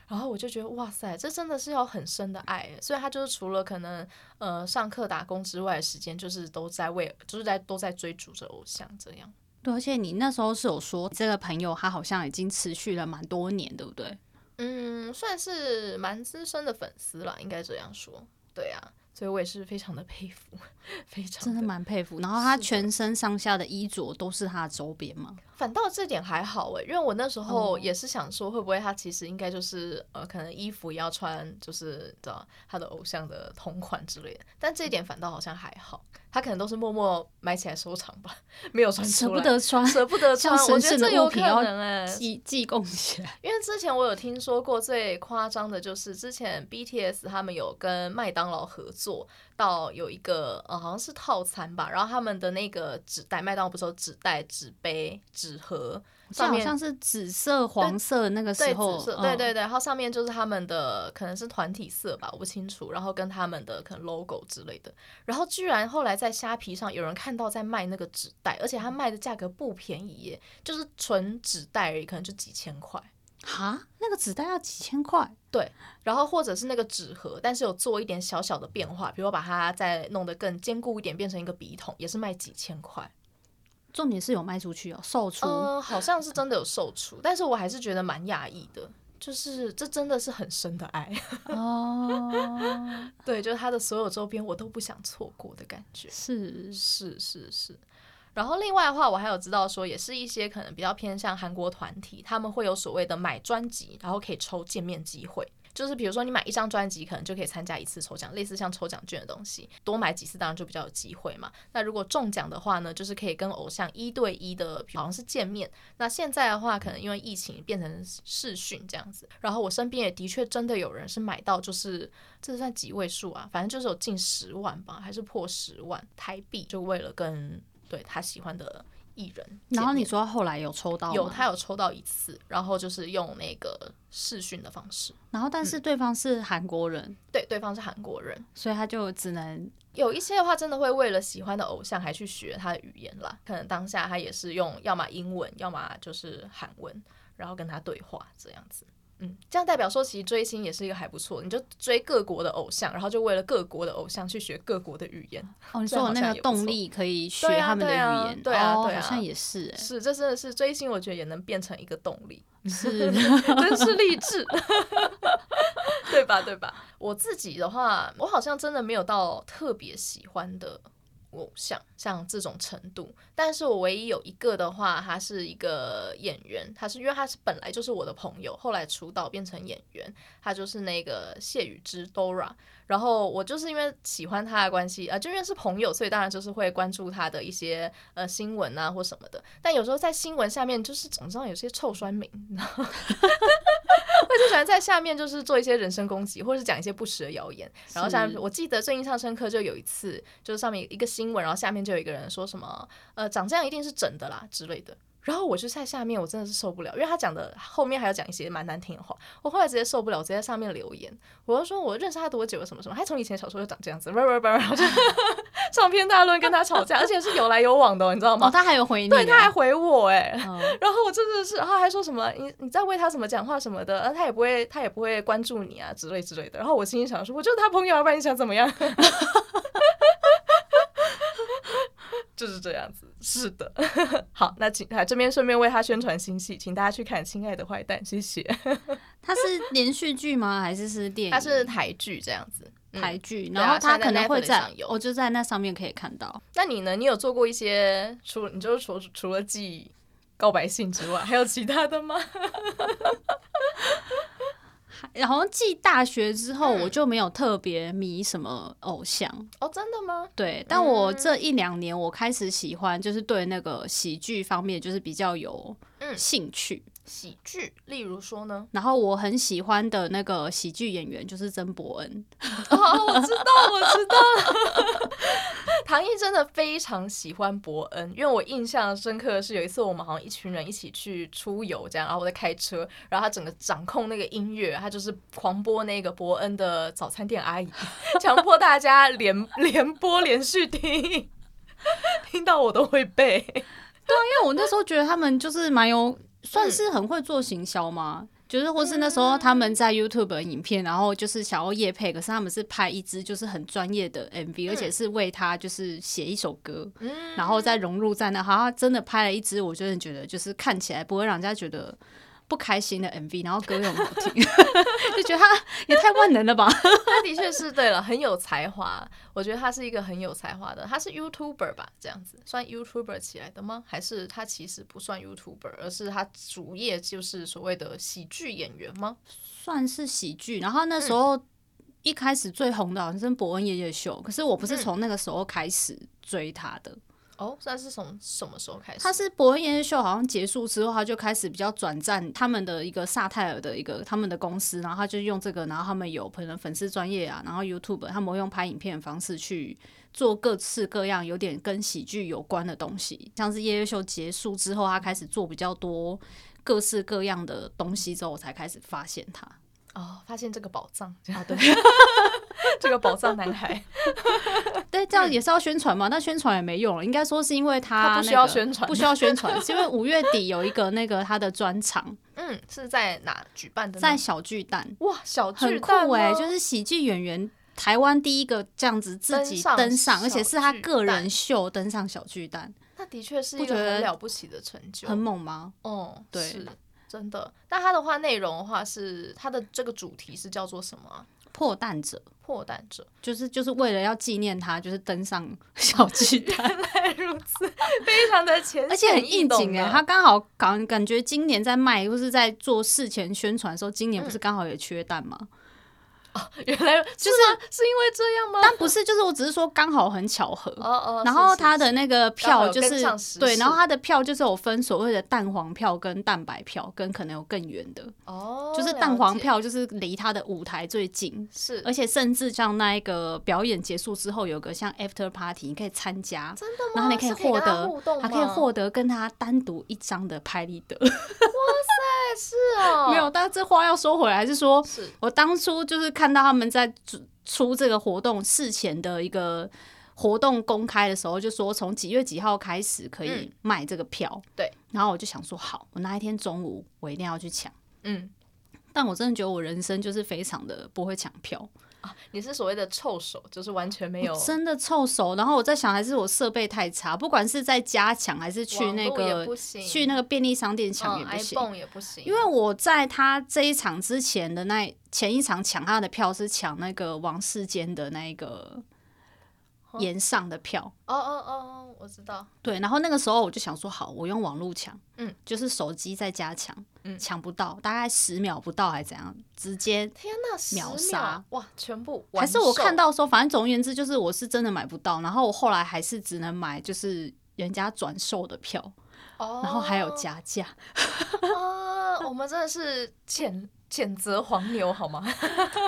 [SPEAKER 1] 然后我就觉得，哇塞，这真的是要很深的爱耶，所以他就是除了可能呃上课打工之外的时间，就是都在为，就是在都在追逐着偶像这样。
[SPEAKER 2] 对，而且你那时候是有说这个朋友他好像已经持续了蛮多年，对不对？
[SPEAKER 1] 嗯，算是蛮资深的粉丝了，应该这样说。对啊，所以我也是非常的佩服， 非常
[SPEAKER 2] 真的蛮佩服。然后他全身上下的衣着都是他的周边吗？
[SPEAKER 1] 反倒这点还好欸诶、因为我那时候
[SPEAKER 2] 哦
[SPEAKER 1] 也是想说，会不会他其实应该就是呃，可能衣服也要穿，就是你知道他的偶像的同款之类的。但这一点反倒好像还好，他可能都是默默买起来收藏吧，没有穿
[SPEAKER 2] 舍
[SPEAKER 1] 出
[SPEAKER 2] 不
[SPEAKER 1] 来，
[SPEAKER 2] 得穿，
[SPEAKER 1] 舍不得穿
[SPEAKER 2] 像。
[SPEAKER 1] 我
[SPEAKER 2] 神
[SPEAKER 1] 觉得
[SPEAKER 2] 圣的
[SPEAKER 1] 这有
[SPEAKER 2] 物
[SPEAKER 1] 可
[SPEAKER 2] 品要
[SPEAKER 1] 能欸诶、
[SPEAKER 2] 寄寄供 起来。
[SPEAKER 1] 因为之前我有听说过最夸张的，就是之前 BTS 他们有跟麦当劳合作，到有一个呃好像是套餐吧，然后他们的那个纸袋，麦当劳不是有纸袋、纸杯、纸盒，
[SPEAKER 2] 这
[SPEAKER 1] 上
[SPEAKER 2] 好
[SPEAKER 1] 面
[SPEAKER 2] 像是紫色、黄色那个时
[SPEAKER 1] 对
[SPEAKER 2] 候
[SPEAKER 1] 紫，色，
[SPEAKER 2] 嗯
[SPEAKER 1] 对对对，然后上面就是他们的可能是团体色吧，我不清楚，然后跟他们的可能 logo 之类的，然后居然后来在虾皮上有人看到在卖那个纸袋，而且他卖的价格不便宜耶，就是纯纸袋而已，可能就几千块。
[SPEAKER 2] 哈，那个纸袋要几千块，
[SPEAKER 1] 然后或者是那个纸盒，但是有做一点小小的变化，比如把它再弄得更坚固一点，变成一个笔筒，也是卖几千块。
[SPEAKER 2] 重点是有卖出去哦，售出。
[SPEAKER 1] 嗯、好像是真的有售出，但是我还是觉得蛮讶异的，就是这真的是很深的爱，
[SPEAKER 2] 哦，
[SPEAKER 1] 对，就是它的所有周边我都不想错过的感觉。
[SPEAKER 2] 是
[SPEAKER 1] 是是是。然后另外的话，我还有知道说，也是一些可能比较偏向韩国团体，他们会有所谓的买专辑，然后可以抽见面机会。就是比如说你买一张专辑，可能就可以参加一次抽奖，类似像抽奖券的东西，多买几次当然就比较有机会嘛。那如果中奖的话呢，就是可以跟偶像一对一的，好像是见面。那现在的话，可能因为疫情变成视讯这样子，然后我身边也的确真的有人是买到，就是这算几位数啊？反正就是有近十万吧，还是破十万台币，就为了跟对他喜欢的艺人见面。
[SPEAKER 2] 然后你说后来有抽到吗
[SPEAKER 1] 有他有抽到一次，然后就是用那个视讯的方式，
[SPEAKER 2] 然后但
[SPEAKER 1] 嗯
[SPEAKER 2] 是对方是韩国人，
[SPEAKER 1] 对，对方是韩国人。
[SPEAKER 2] 所以他就只能
[SPEAKER 1] 有一些的话，真的会为了喜欢的偶像还去学他的语言啦。可能当下他也是用要么英文，要么就是韩文，然后跟他对话这样子。嗯，这样代表说，其实追星也是一个还不错，你就追各国的偶像，然后就为了各国的偶像去学各国的语言。
[SPEAKER 2] 哦，你
[SPEAKER 1] 这
[SPEAKER 2] 说
[SPEAKER 1] 好
[SPEAKER 2] 我那
[SPEAKER 1] 像
[SPEAKER 2] 个
[SPEAKER 1] 也不
[SPEAKER 2] 动
[SPEAKER 1] 错
[SPEAKER 2] 力可以学
[SPEAKER 1] 对啊
[SPEAKER 2] 他们的
[SPEAKER 1] 对啊
[SPEAKER 2] 语言，
[SPEAKER 1] 对啊
[SPEAKER 2] 哦
[SPEAKER 1] 对啊
[SPEAKER 2] 好像也是哎、
[SPEAKER 1] 是，这真的是追星，我觉得也能变成一个动力。
[SPEAKER 2] 是
[SPEAKER 1] 真是励志， 对吧？对吧？我自己的话，我好像真的没有到特别喜欢的偶像，像这种程度。但是我唯一有一个的话，他是一个演员，他是因为他是本来就是我的朋友，后来出道变成演员，他就是那个谢雨之 Dora。然后我就是因为喜欢他的关系，呃，就因为是朋友，所以当然就是会关注他的一些呃新闻啊或什么的。但有时候在新闻下面，就是总知道有些臭酸民， 你知道吗会就喜欢在下面就是做一些人身攻击，或是讲一些不实的谣言。然后下面
[SPEAKER 2] 是
[SPEAKER 1] 我记得最印象深刻就有一次，就是上面一个新闻，然后下面就有一个人说什么呃长这样一定是整的啦之类的。然后我就在下面，我真的是受不了，因为他讲的后面还有讲一些蛮难听的话，我后来直接受不了，我直接在上面留言，我就说我认识他多久，什么什么，他从以前小时候就长这样子，不不不，然后就 上篇大论跟他吵架，而且是有来有往的哦、你知道
[SPEAKER 2] 哦，
[SPEAKER 1] 吗？
[SPEAKER 2] 他还有回你啊，
[SPEAKER 1] 对，他还回我哎、
[SPEAKER 2] 嗯
[SPEAKER 1] 然后我真的是，然后还说什么你你在为他什么讲话什么的，然后他也不会他也不会关注你啊之类之类的。然后我心里想说，我就是他朋友啊，要不然你想怎么样？ 就是这样子，是的。 好，那请啊这边顺便为他宣传新戏，请大家去看《亲爱的坏蛋》，谢谢。
[SPEAKER 2] 他是连续剧吗？还是是电影？
[SPEAKER 1] 他是台剧这样子，嗯
[SPEAKER 2] 台剧，
[SPEAKER 1] 对啊
[SPEAKER 2] 然后他
[SPEAKER 1] 现在
[SPEAKER 2] 可能会
[SPEAKER 1] Netflix
[SPEAKER 2] 在
[SPEAKER 1] 上，有
[SPEAKER 2] 我就在那上面可以看到。
[SPEAKER 1] 那你呢？你有做过一些除你就是除除了寄告白信之外，还有其他的吗？
[SPEAKER 2] 还好像继大学之后，
[SPEAKER 1] 嗯
[SPEAKER 2] 我就没有特别迷什么偶像，
[SPEAKER 1] 哦，真的吗？
[SPEAKER 2] 对。但我
[SPEAKER 1] 嗯
[SPEAKER 2] 这一两年，我开始喜欢，就是对那个喜剧方面，就是比较有
[SPEAKER 1] 嗯
[SPEAKER 2] 兴趣。
[SPEAKER 1] 喜剧，例如说呢？
[SPEAKER 2] 然后我很喜欢的那个喜剧演员就是曾伯恩，
[SPEAKER 1] 哦，我知道，我知道。 唐毅真的非常喜欢伯恩，因为我印象深刻的是有一次我们好像一群人一起去出游，这样，然后我在开车，然后他整个掌控那个音乐，他就是狂播那个伯恩的早餐店阿姨， 强迫大家连连播连续听，听到我都会背。
[SPEAKER 2] 因为我那时候觉得他们就是蛮有，算是很会做行销吗？就是或是那时候他们在 YouTube 影片，然后就是想要夜配，可是他们是拍一支就是很专业的 MV，、而且是为他就是写一首歌，然后再融入在那，好，他真的拍了一支，我真的觉得就是看起来不会让人家觉得。不开心的 MV，然后歌又很好听， 就觉得他也太万能了吧？
[SPEAKER 1] 他的确是对了，很有才华。我觉得他是一个很有才华的，他是 YouTuber 吧？这样子算 YouTuber 起来的吗？还是他其实不算 YouTuber，而是他主业就是所谓的喜剧演员吗？
[SPEAKER 2] 算是喜剧。然后那时候一开始最红的好像是伯恩夜夜秀，可是我不是从那个时候开始追他的，
[SPEAKER 1] 哦，那是从什么时候开始？
[SPEAKER 2] 他是伯恩夜夜秀好像结束之后，他就开始比较转战他们的一个萨泰尔的一个他们的公司，然后他就用这个，然后他们有可能粉丝专业啊，然后 YouTube 他们会用拍影片的方式去做各式各样有点跟喜剧有关的东西，像是夜夜秀结束之后，他开始做比较多各式各样的东西之后，我才开始发现他。
[SPEAKER 1] 哦，发现这个宝藏，
[SPEAKER 2] 啊，对，
[SPEAKER 1] 这个宝藏男 孩，
[SPEAKER 2] 对，这样也是要宣传嘛，但宣传也没用了。应该说是因为他、那
[SPEAKER 1] 嗯他
[SPEAKER 2] 个、
[SPEAKER 1] 不需要宣传
[SPEAKER 2] 不需要宣 传，是因为五月底有一个那个他的专场
[SPEAKER 1] 嗯，是在哪举办的呢？
[SPEAKER 2] 在小巨蛋，
[SPEAKER 1] 哇，小巨
[SPEAKER 2] 很酷
[SPEAKER 1] 蛋
[SPEAKER 2] 哎、
[SPEAKER 1] 吗
[SPEAKER 2] 就是喜剧演员台湾第一个这样子自己
[SPEAKER 1] 登上
[SPEAKER 2] 登上，
[SPEAKER 1] 小
[SPEAKER 2] 而且是他个
[SPEAKER 1] 巨蛋
[SPEAKER 2] 人秀登上小巨蛋，
[SPEAKER 1] 那的确是
[SPEAKER 2] 不
[SPEAKER 1] 一个
[SPEAKER 2] 觉
[SPEAKER 1] 很
[SPEAKER 2] 得
[SPEAKER 1] 了不起的成就，
[SPEAKER 2] 很猛吗？
[SPEAKER 1] 哦，
[SPEAKER 2] 对
[SPEAKER 1] 是真的。那它的话内容的话是它的这个主题是叫做什么啊、
[SPEAKER 2] 破蛋者。
[SPEAKER 1] 破蛋 者，
[SPEAKER 2] 就是就是为了要纪念他，就是登上小 巨蛋，
[SPEAKER 1] 哎如此，非常的浅
[SPEAKER 2] 而且很
[SPEAKER 1] 易
[SPEAKER 2] 应
[SPEAKER 1] 懂
[SPEAKER 2] 景哎、
[SPEAKER 1] 啊。
[SPEAKER 2] 他刚好感感觉今年在卖或是在做事前宣传的时候，今
[SPEAKER 1] 嗯
[SPEAKER 2] 年不是刚好也缺蛋吗？
[SPEAKER 1] 原来就是吗是因为这样吗？
[SPEAKER 2] 但不是，就是我只是说刚好很巧合。
[SPEAKER 1] 哦哦，
[SPEAKER 2] 然后
[SPEAKER 1] 是
[SPEAKER 2] 他的那个票就
[SPEAKER 1] 刚好有跟
[SPEAKER 2] 是
[SPEAKER 1] 上时事
[SPEAKER 2] 对，然后他的票就是有分所谓的蛋黄票跟蛋白票，跟可能有更远的，
[SPEAKER 1] 是哦，
[SPEAKER 2] 就是
[SPEAKER 1] 了
[SPEAKER 2] 蛋黄
[SPEAKER 1] 解
[SPEAKER 2] 票就是离他的舞台最近，
[SPEAKER 1] 是
[SPEAKER 2] 而且甚至像那一个表演结束之后有个像 after party，你可以参加，
[SPEAKER 1] 真的吗？
[SPEAKER 2] 然后你
[SPEAKER 1] 是
[SPEAKER 2] 以
[SPEAKER 1] 可以
[SPEAKER 2] 获
[SPEAKER 1] 跟他
[SPEAKER 2] 得
[SPEAKER 1] 互动，吗，
[SPEAKER 2] 还可以获得跟他单独一张的拍立得。
[SPEAKER 1] 是哦，
[SPEAKER 2] 没有，但这话要说回来，是说
[SPEAKER 1] 是
[SPEAKER 2] 我当初就是看到他们在出出这个活动事前的一个活动公开的时候，就说从几月几号开始可以
[SPEAKER 1] 嗯
[SPEAKER 2] 卖这个票。
[SPEAKER 1] 对，
[SPEAKER 2] 然后我就想说，好，我那一天中午我一定要去抢。
[SPEAKER 1] 嗯，
[SPEAKER 2] 但我真的觉得我人生就是非常的不会抢票，
[SPEAKER 1] 你是所谓的臭手，就是完全没有
[SPEAKER 2] 我真的臭手。然后我在想，还是我设备太差，不管是在家抢还是去
[SPEAKER 1] 网
[SPEAKER 2] 那
[SPEAKER 1] 络也
[SPEAKER 2] 个
[SPEAKER 1] 不行，
[SPEAKER 2] 去那个便利商店抢也
[SPEAKER 1] 嗯
[SPEAKER 2] 不行。
[SPEAKER 1] iPhone 也不行，
[SPEAKER 2] 因为我在他这一场之前的那前一场抢他的票是抢那个王世坚的那一个延上的票，
[SPEAKER 1] 哦哦哦哦，我知道，
[SPEAKER 2] 对，然后那个时候我就想说，好，我用网络抢，
[SPEAKER 1] 嗯，
[SPEAKER 2] 就是手机在家抢，
[SPEAKER 1] 嗯
[SPEAKER 2] 抢不到，大概十秒不到还怎样，直接
[SPEAKER 1] 天呐，十
[SPEAKER 2] 秒
[SPEAKER 1] 秒
[SPEAKER 2] 杀
[SPEAKER 1] 哇，全部
[SPEAKER 2] 还
[SPEAKER 1] 完
[SPEAKER 2] 是我
[SPEAKER 1] 售
[SPEAKER 2] 看到的时候，反正总而言之就是我是真的买不到，然后我后来还是只能买就是人家转售的票，
[SPEAKER 1] 哦，
[SPEAKER 2] 然后还有加价，
[SPEAKER 1] 啊，我们真的是谴谴责黄牛好 吗？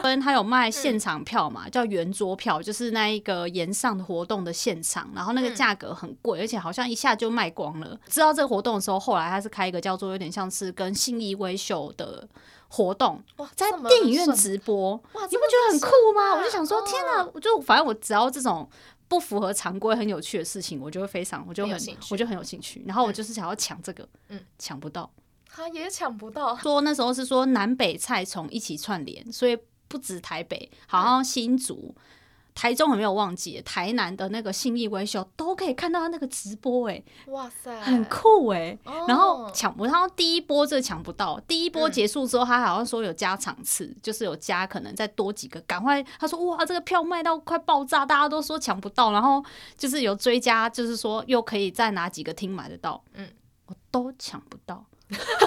[SPEAKER 2] 分他有
[SPEAKER 1] 嗯
[SPEAKER 2] 卖现场票嘛，叫圆桌票，就是那一个延上的活动的现场，然后那个
[SPEAKER 1] 嗯
[SPEAKER 2] 价格很贵，而且好像一下就卖光了。知道这个活动的时候，后来他是开一个叫做有点像是跟信义威秀的活动，
[SPEAKER 1] 哇，
[SPEAKER 2] 在
[SPEAKER 1] 这么
[SPEAKER 2] 电影院
[SPEAKER 1] 顺
[SPEAKER 2] 直播，
[SPEAKER 1] 哇，
[SPEAKER 2] 你
[SPEAKER 1] 这
[SPEAKER 2] 不
[SPEAKER 1] 么
[SPEAKER 2] 觉得很
[SPEAKER 1] 顺
[SPEAKER 2] 酷吗？
[SPEAKER 1] 啊
[SPEAKER 2] 我就想说，天哪！我就反正我只要这种不符合常规、很有趣的事情，我就会非常，我就
[SPEAKER 1] 很有
[SPEAKER 2] 很
[SPEAKER 1] 兴趣
[SPEAKER 2] 我就很有兴趣。然后我就是想要抢这个，
[SPEAKER 1] 嗯，
[SPEAKER 2] 抢不到。
[SPEAKER 1] 他也抢不到，
[SPEAKER 2] 说那时候是说南北菜从一起串联，所以不止台北，好像新竹、台中有没有忘记？台南的那个信义威秀都可以看到那个直播、欸，
[SPEAKER 1] 哇塞，
[SPEAKER 2] 很酷哎、
[SPEAKER 1] 哦。
[SPEAKER 2] 然后抢不，然后第一波这抢不到，第一波
[SPEAKER 1] 嗯
[SPEAKER 2] 结束之后，他好像说有加场次，就是有加可能再多几个，赶快他说哇，这个票卖到快爆炸，大家都说抢不到，然后就是有追加，就是说又可以再拿几个厅买得到，
[SPEAKER 1] 嗯
[SPEAKER 2] 嗯，我都抢不到。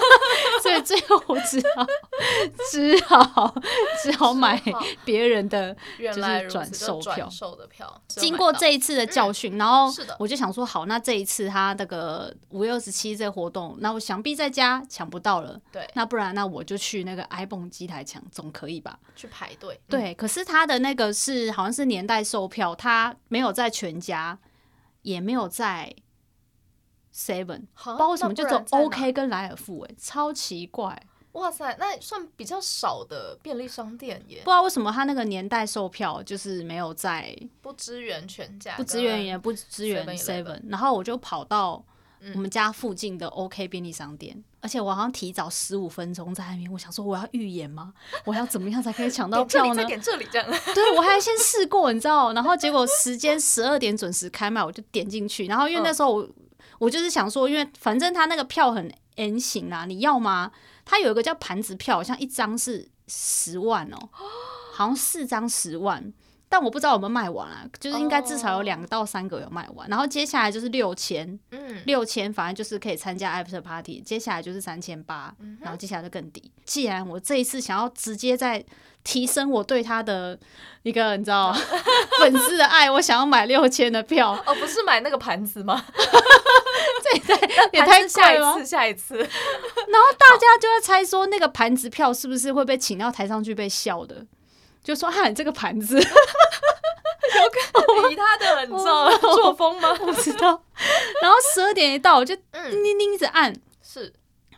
[SPEAKER 2] 所以最后我只好 只好只好买
[SPEAKER 1] 只好
[SPEAKER 2] 别人的。
[SPEAKER 1] 原
[SPEAKER 2] 是
[SPEAKER 1] 来如
[SPEAKER 2] 转
[SPEAKER 1] 此，就
[SPEAKER 2] 售
[SPEAKER 1] 转
[SPEAKER 2] 票
[SPEAKER 1] 售的票，只有
[SPEAKER 2] 经
[SPEAKER 1] 买
[SPEAKER 2] 过
[SPEAKER 1] 到嗯
[SPEAKER 2] 这一次的教训，然后
[SPEAKER 1] 是的
[SPEAKER 2] 我就想说，好，那这一次他那个五月二十七这个活动，那我想必在家抢不到了，
[SPEAKER 1] 对
[SPEAKER 2] 那不然那我就去那个 iPhone 机台抢，总可以吧？
[SPEAKER 1] 去排队，嗯，
[SPEAKER 2] 对，可是他的那个是好像是年代售票，他没有在全家，也没有在 Seven，
[SPEAKER 1] 好，
[SPEAKER 2] 不知道为什么
[SPEAKER 1] 哦那不
[SPEAKER 2] 就只有
[SPEAKER 1] 然在哪
[SPEAKER 2] OK 跟莱尔富、欸，超奇怪，
[SPEAKER 1] 哇塞，那算比较少的便利商店
[SPEAKER 2] 不
[SPEAKER 1] 耶，
[SPEAKER 2] 知道为什么他那个年代售票就是没有在
[SPEAKER 1] 不支援全家，
[SPEAKER 2] 不支援，也不支援
[SPEAKER 1] 7-Eleven
[SPEAKER 2] Seven，然后我就跑到我们家附近的 OK 便利商店，而且我好像提早十五分钟在那边，我想说我要预演吗？我要怎么样才可以 抢到
[SPEAKER 1] 点这
[SPEAKER 2] 票
[SPEAKER 1] 里
[SPEAKER 2] 呢
[SPEAKER 1] 再？点这里这样，
[SPEAKER 2] 对，我还先试过，你知道，然后结果时间十二点准时开卖，我就点进去，然后因为那时候我、我就是想说，因为反正他那个票很 N 型啊，你要吗？他有一个叫盘子票，好像一张是十万哦、好像四张十万。但我不知道有没有卖完啊，就是应该至少有两到三个有卖完然后接下来就是六千，
[SPEAKER 1] 嗯，
[SPEAKER 2] 六千反正就是可以参加 after party，接下来就是三千八，
[SPEAKER 1] 嗯
[SPEAKER 2] 然后接下来就更低。既然我这一次想要直接在提升我对他的一个你 知道粉丝的爱，我想要买六千的票，
[SPEAKER 1] 哦，不是买那个盘子吗？
[SPEAKER 2] 也
[SPEAKER 1] 呃盘
[SPEAKER 2] 太
[SPEAKER 1] 子下
[SPEAKER 2] 贵了
[SPEAKER 1] 一。次，下一次，
[SPEAKER 2] 然后大家就在猜说那个盘子票是不是会被请到台上去被笑的，就说啊哈你这个盘子，
[SPEAKER 1] 以他的你知道作风吗？
[SPEAKER 2] 我知道。然后十二点一到，我就
[SPEAKER 1] 嗯，
[SPEAKER 2] 叮叮叮一直按，
[SPEAKER 1] 是，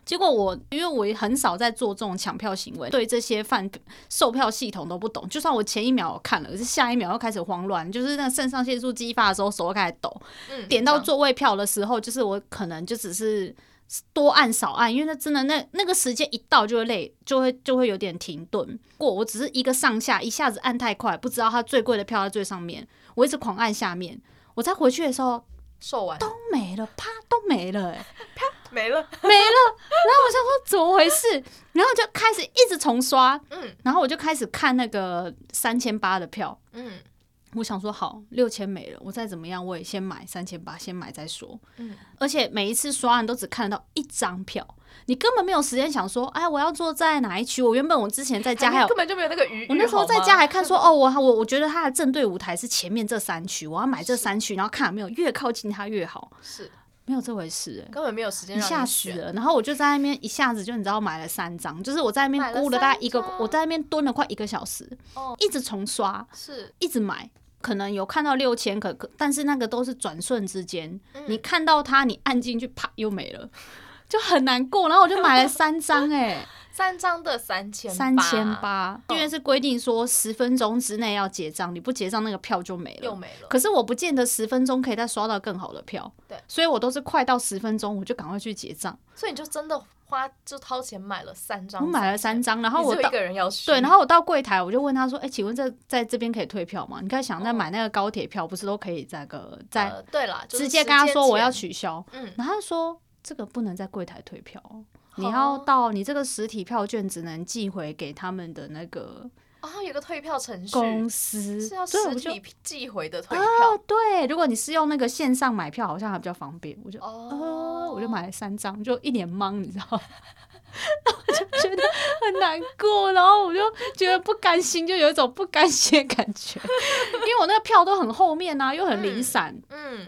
[SPEAKER 2] 结果我因为我也很少在做这种抢票行为，对这些贩售票系统都不懂。就算我前一秒有看了，可是下一秒又开始慌乱，就是那个肾上腺素激发的时候，手又开始抖。
[SPEAKER 1] 嗯，
[SPEAKER 2] 点到
[SPEAKER 1] 这样
[SPEAKER 2] 座位票的时候，就是我可能就只是多按少按，因为那真的那那个时间一到就会累，就会就会有点停顿。过我只是一个上下一下子按太快，不知道它最贵的票在最上面，我一直狂按下面。我再回去的时候
[SPEAKER 1] 售完
[SPEAKER 2] 都没了，啪都没了、欸，
[SPEAKER 1] 没了，
[SPEAKER 2] 然后我想说怎么回事， 然后就开始一直重刷，
[SPEAKER 1] 嗯
[SPEAKER 2] 然后我就开始看那个三千八的票，
[SPEAKER 1] 嗯
[SPEAKER 2] 我想说好六千没了，我再怎么样我也先买三千八，先买再说。
[SPEAKER 1] 嗯，
[SPEAKER 2] 而且每一次刷你都只看得到一张票，你根本没有时间想说，哎，我要坐在哪一区？我原本我之前在家还有
[SPEAKER 1] 哎根本就没有那个鱼，
[SPEAKER 2] 我那时候在家还看说，哦，我我我觉得它的正对舞台是前面这三区，我要买这三区，然后看有没有越靠近它越好，
[SPEAKER 1] 是
[SPEAKER 2] 没有这回事、欸。
[SPEAKER 1] 根本没有时间
[SPEAKER 2] 一
[SPEAKER 1] 让
[SPEAKER 2] 下
[SPEAKER 1] 你
[SPEAKER 2] 死
[SPEAKER 1] 选，
[SPEAKER 2] 了，然后我就在那边一下子就你知道买了三张，就是我在那
[SPEAKER 1] 买
[SPEAKER 2] 边
[SPEAKER 1] 了
[SPEAKER 2] 估了大概一个
[SPEAKER 1] 三，张
[SPEAKER 2] 我在那边蹲了快一个小时，
[SPEAKER 1] 哦
[SPEAKER 2] 一直重刷，
[SPEAKER 1] 是
[SPEAKER 2] 一直买，可能有看到六千，可可，但是那个都是转瞬之间，
[SPEAKER 1] 嗯
[SPEAKER 2] 你看到它，你按进去，啪又没了，就很难过。然后我就买了三张、 欸，
[SPEAKER 1] 三张的三千
[SPEAKER 2] 哎，三千，八，因为是规定说十分钟之内要结账，你不结账那个票就没
[SPEAKER 1] 又
[SPEAKER 2] 了。
[SPEAKER 1] 没了，
[SPEAKER 2] 可是我不见得十分钟可以再刷到更好的票，
[SPEAKER 1] 对
[SPEAKER 2] 所以我都是快到十分钟我就赶快去结账，
[SPEAKER 1] 所以你就真的花就掏钱买了三张，
[SPEAKER 2] 我买了三，张，然后我
[SPEAKER 1] 你只有
[SPEAKER 2] 到
[SPEAKER 1] 一个人要去，
[SPEAKER 2] 对，然
[SPEAKER 1] 后
[SPEAKER 2] 后我到柜台，我就问他说：“哎、请问这在这边可以退票吗？”你看，想在
[SPEAKER 1] 哦
[SPEAKER 2] 买那个高铁票，不是都可以在个在
[SPEAKER 1] 呃对啦，就是
[SPEAKER 2] 直接跟他说我要
[SPEAKER 1] 时
[SPEAKER 2] 取消，
[SPEAKER 1] 间前，嗯，
[SPEAKER 2] 然后他就说这个不能在柜台退票哦，你
[SPEAKER 1] 好
[SPEAKER 2] 要到你这个实体票券只能寄回给他们的那个
[SPEAKER 1] 哦，有个退票程序，
[SPEAKER 2] 公司，
[SPEAKER 1] 是要
[SPEAKER 2] 所以
[SPEAKER 1] 实
[SPEAKER 2] 我就
[SPEAKER 1] 体寄回的退票
[SPEAKER 2] 哦对，如果你是用那个线上买票，好像还比较方便，我就
[SPEAKER 1] 哦
[SPEAKER 2] 哦，我就买了三张，就一脸懵，你知道吗。然后我就觉得很难过，然后我就觉得不甘心，就有一种不甘心的感觉，因为我那个票都很后面啊，又很零
[SPEAKER 1] 嗯
[SPEAKER 2] 散，
[SPEAKER 1] 嗯，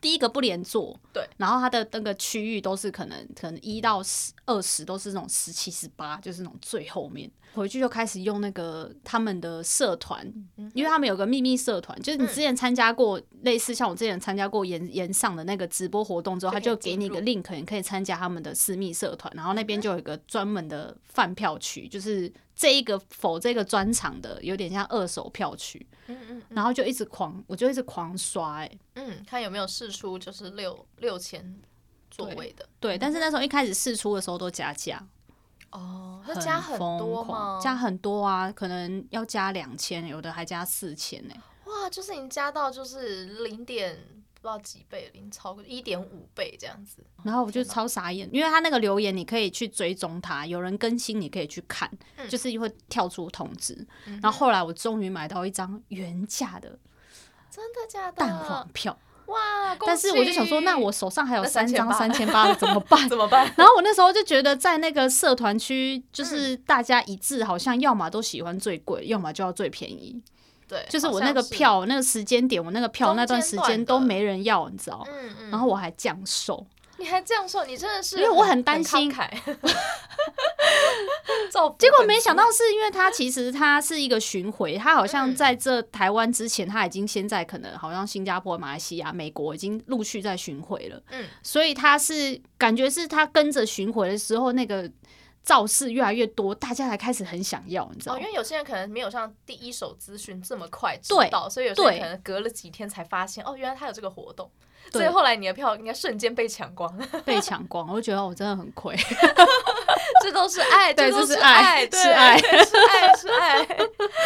[SPEAKER 2] 第一个不连坐，
[SPEAKER 1] 对，
[SPEAKER 2] 然后它的那个区域都是可能可能一到十二十都是那种十七十八，就是那种最后面。回去就开始用那个他们的社团，
[SPEAKER 1] 嗯
[SPEAKER 2] 因为他们有个秘密社团，就是你之前参加过类似像我之前参加过延延上的那个直播活动之后，
[SPEAKER 1] 就可以
[SPEAKER 2] 他就给你一个
[SPEAKER 1] 进嗯
[SPEAKER 2] link，你可以参加他们的私密社团，然后那边就有一个专门的饭票区，就是这一个否这个专场的有点像二手票区，
[SPEAKER 1] 嗯嗯
[SPEAKER 2] 然后就一直狂，我就一直狂刷、欸，
[SPEAKER 1] 嗯，看有没有试出就是六六千座位的
[SPEAKER 2] 对，但是那时候一开始试出的时候都加价，
[SPEAKER 1] 哦，那加很多
[SPEAKER 2] 疯狂
[SPEAKER 1] 吗？
[SPEAKER 2] 加很多啊，可能要加两千，有的还加四千欸呢。
[SPEAKER 1] 哇，就是你加到就是零点不知道几倍，零超过一点五倍这样子。
[SPEAKER 2] 然后我就
[SPEAKER 1] 天哪
[SPEAKER 2] 超傻眼，因为他那个留言你可以去追踪他，有人更新你可以去看，
[SPEAKER 1] 嗯
[SPEAKER 2] 就是会跳出通知。
[SPEAKER 1] 嗯哼
[SPEAKER 2] 然后后来我终于买到一张原价的
[SPEAKER 1] 真的假的？
[SPEAKER 2] 蛋黄票，
[SPEAKER 1] 哇！嗯恭
[SPEAKER 2] 但是我就想说，
[SPEAKER 1] 喜
[SPEAKER 2] 那我手上还有
[SPEAKER 1] 那
[SPEAKER 2] 三张三
[SPEAKER 1] 3800
[SPEAKER 2] 千八的怎么 办？
[SPEAKER 1] 怎么办？
[SPEAKER 2] 然后我那时候就觉得，在那个社团区，
[SPEAKER 1] 嗯
[SPEAKER 2] 就是大家一致，好像要么都喜欢最贵，要么就要最便宜。
[SPEAKER 1] 对，
[SPEAKER 2] 就是
[SPEAKER 1] 好
[SPEAKER 2] 我
[SPEAKER 1] 像
[SPEAKER 2] 那个
[SPEAKER 1] 是，
[SPEAKER 2] 票、那个时间点、我那个票
[SPEAKER 1] 中
[SPEAKER 2] 那段
[SPEAKER 1] 间
[SPEAKER 2] 时
[SPEAKER 1] 段
[SPEAKER 2] 间
[SPEAKER 1] 的
[SPEAKER 2] 都没人要，你知道？
[SPEAKER 1] 嗯嗯，
[SPEAKER 2] 然后我还降售，
[SPEAKER 1] 你还这样说，你真的是
[SPEAKER 2] 因为我很担心
[SPEAKER 1] 慷 慨， 造福
[SPEAKER 2] 结果
[SPEAKER 1] 粉
[SPEAKER 2] 没
[SPEAKER 1] 丝
[SPEAKER 2] 想到是因为它其实它是一个巡回，它好像
[SPEAKER 1] 嗯
[SPEAKER 2] 在这台湾之前，它已经先在可能好像新加坡、马来西亚、美国已经陆续在巡回了，
[SPEAKER 1] 嗯
[SPEAKER 2] 所以它是感觉是它跟着巡回的时候那个。造势越来越多，大家才开始很想要，你知道
[SPEAKER 1] 哦，
[SPEAKER 2] 吗
[SPEAKER 1] 因？为有些人可能没有像第一手资讯这么快知
[SPEAKER 2] 对
[SPEAKER 1] 道，所以有些人
[SPEAKER 2] 对
[SPEAKER 1] 可能隔了几天才发现，哦，原来他有这个活动，
[SPEAKER 2] 对
[SPEAKER 1] 所以后来你的票应该瞬间被抢光。
[SPEAKER 2] 被抢光，我就觉得我真的很亏。
[SPEAKER 1] 这都是爱，
[SPEAKER 2] 对
[SPEAKER 1] 都
[SPEAKER 2] 这
[SPEAKER 1] 是
[SPEAKER 2] 是
[SPEAKER 1] 爱，
[SPEAKER 2] 爱
[SPEAKER 1] 对
[SPEAKER 2] 是爱
[SPEAKER 1] 是爱，是爱。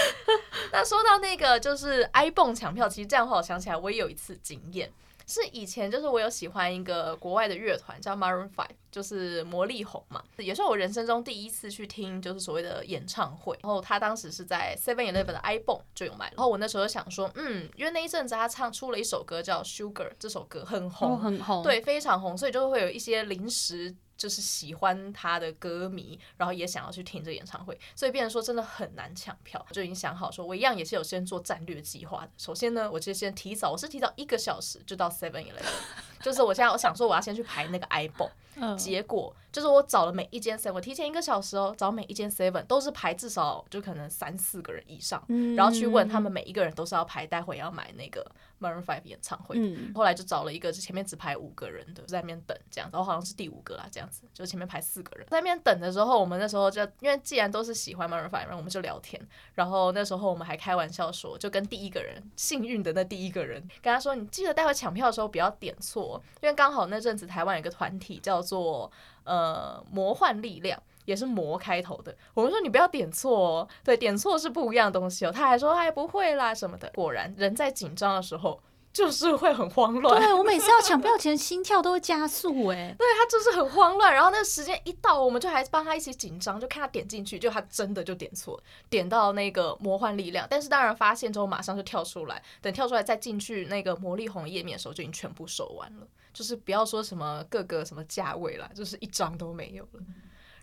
[SPEAKER 1] 那说到那个就是 iPhone 抢票，其实这样的话，我想起来我也有一次经验，是以前就是我有喜欢一个国外的乐团叫 Maroon Five，就是魔力红嘛，也是我人生中第一次去听就是所谓的演唱会。然后他当时是在 Seven Eleven 的 iPhone 就有卖，然后我那时候就想说，嗯，因为那一阵子他唱出了一首歌叫 Sugar，这首歌很
[SPEAKER 2] 哦，
[SPEAKER 1] 红，
[SPEAKER 2] 很红，，
[SPEAKER 1] 对，非常红，所以就会有一些临时就是喜欢他的歌迷，然后也想要去听这个演唱会，所以变成说真的很难抢票。就已经想好说，我一样也是有先做战略计划的。首先呢，我就先提早，我是提早一个小时就到 Seven Eleven，就是我现在我想说我要先去排那个 iPhone，
[SPEAKER 2] 嗯，
[SPEAKER 1] 结果就是我找了每一间 Seven，我提前一个小时哦，找每一间 Seven 都是排至少就可能三四个人以上。
[SPEAKER 2] 嗯
[SPEAKER 1] 然后去问他们，每一个人都是要排，待会要买那个 Maroon Five 演唱会的
[SPEAKER 2] 嗯，
[SPEAKER 1] 后来就找了一个，就前面只排五个人的，在那边等这样子，然后好像是第五个啦，这样子，就前面排四个人，在那边等的时候，我们那时候就因为既然都是喜欢 Maroon Five，然后我们就聊天，然后那时候我们还开玩笑说，就跟第一个人幸运的那第一个人跟他说，你记得待会抢票的时候不要点错，哦因为刚好那阵子台湾有一个团体叫做呃魔幻力量。也是魔开头的，我们说你不要点错哦，对，点错是不一样的东西哦。他还说哎不会啦什么的。果然，人在紧张的时候就是会很慌乱，
[SPEAKER 2] 对我每次要抢票前心跳都会加速，哎，
[SPEAKER 1] 对他就是很慌乱，然后那个时间一到，我们就还帮他一起紧张，就看他点进去，就他真的就点错，点到那个魔幻力量，但是当然发现之后马上就跳出来，等跳出来再进去那个魔力红页面的时候，就已经全部售完了，就是不要说什么各个什么价位啦，就是一张都没有了。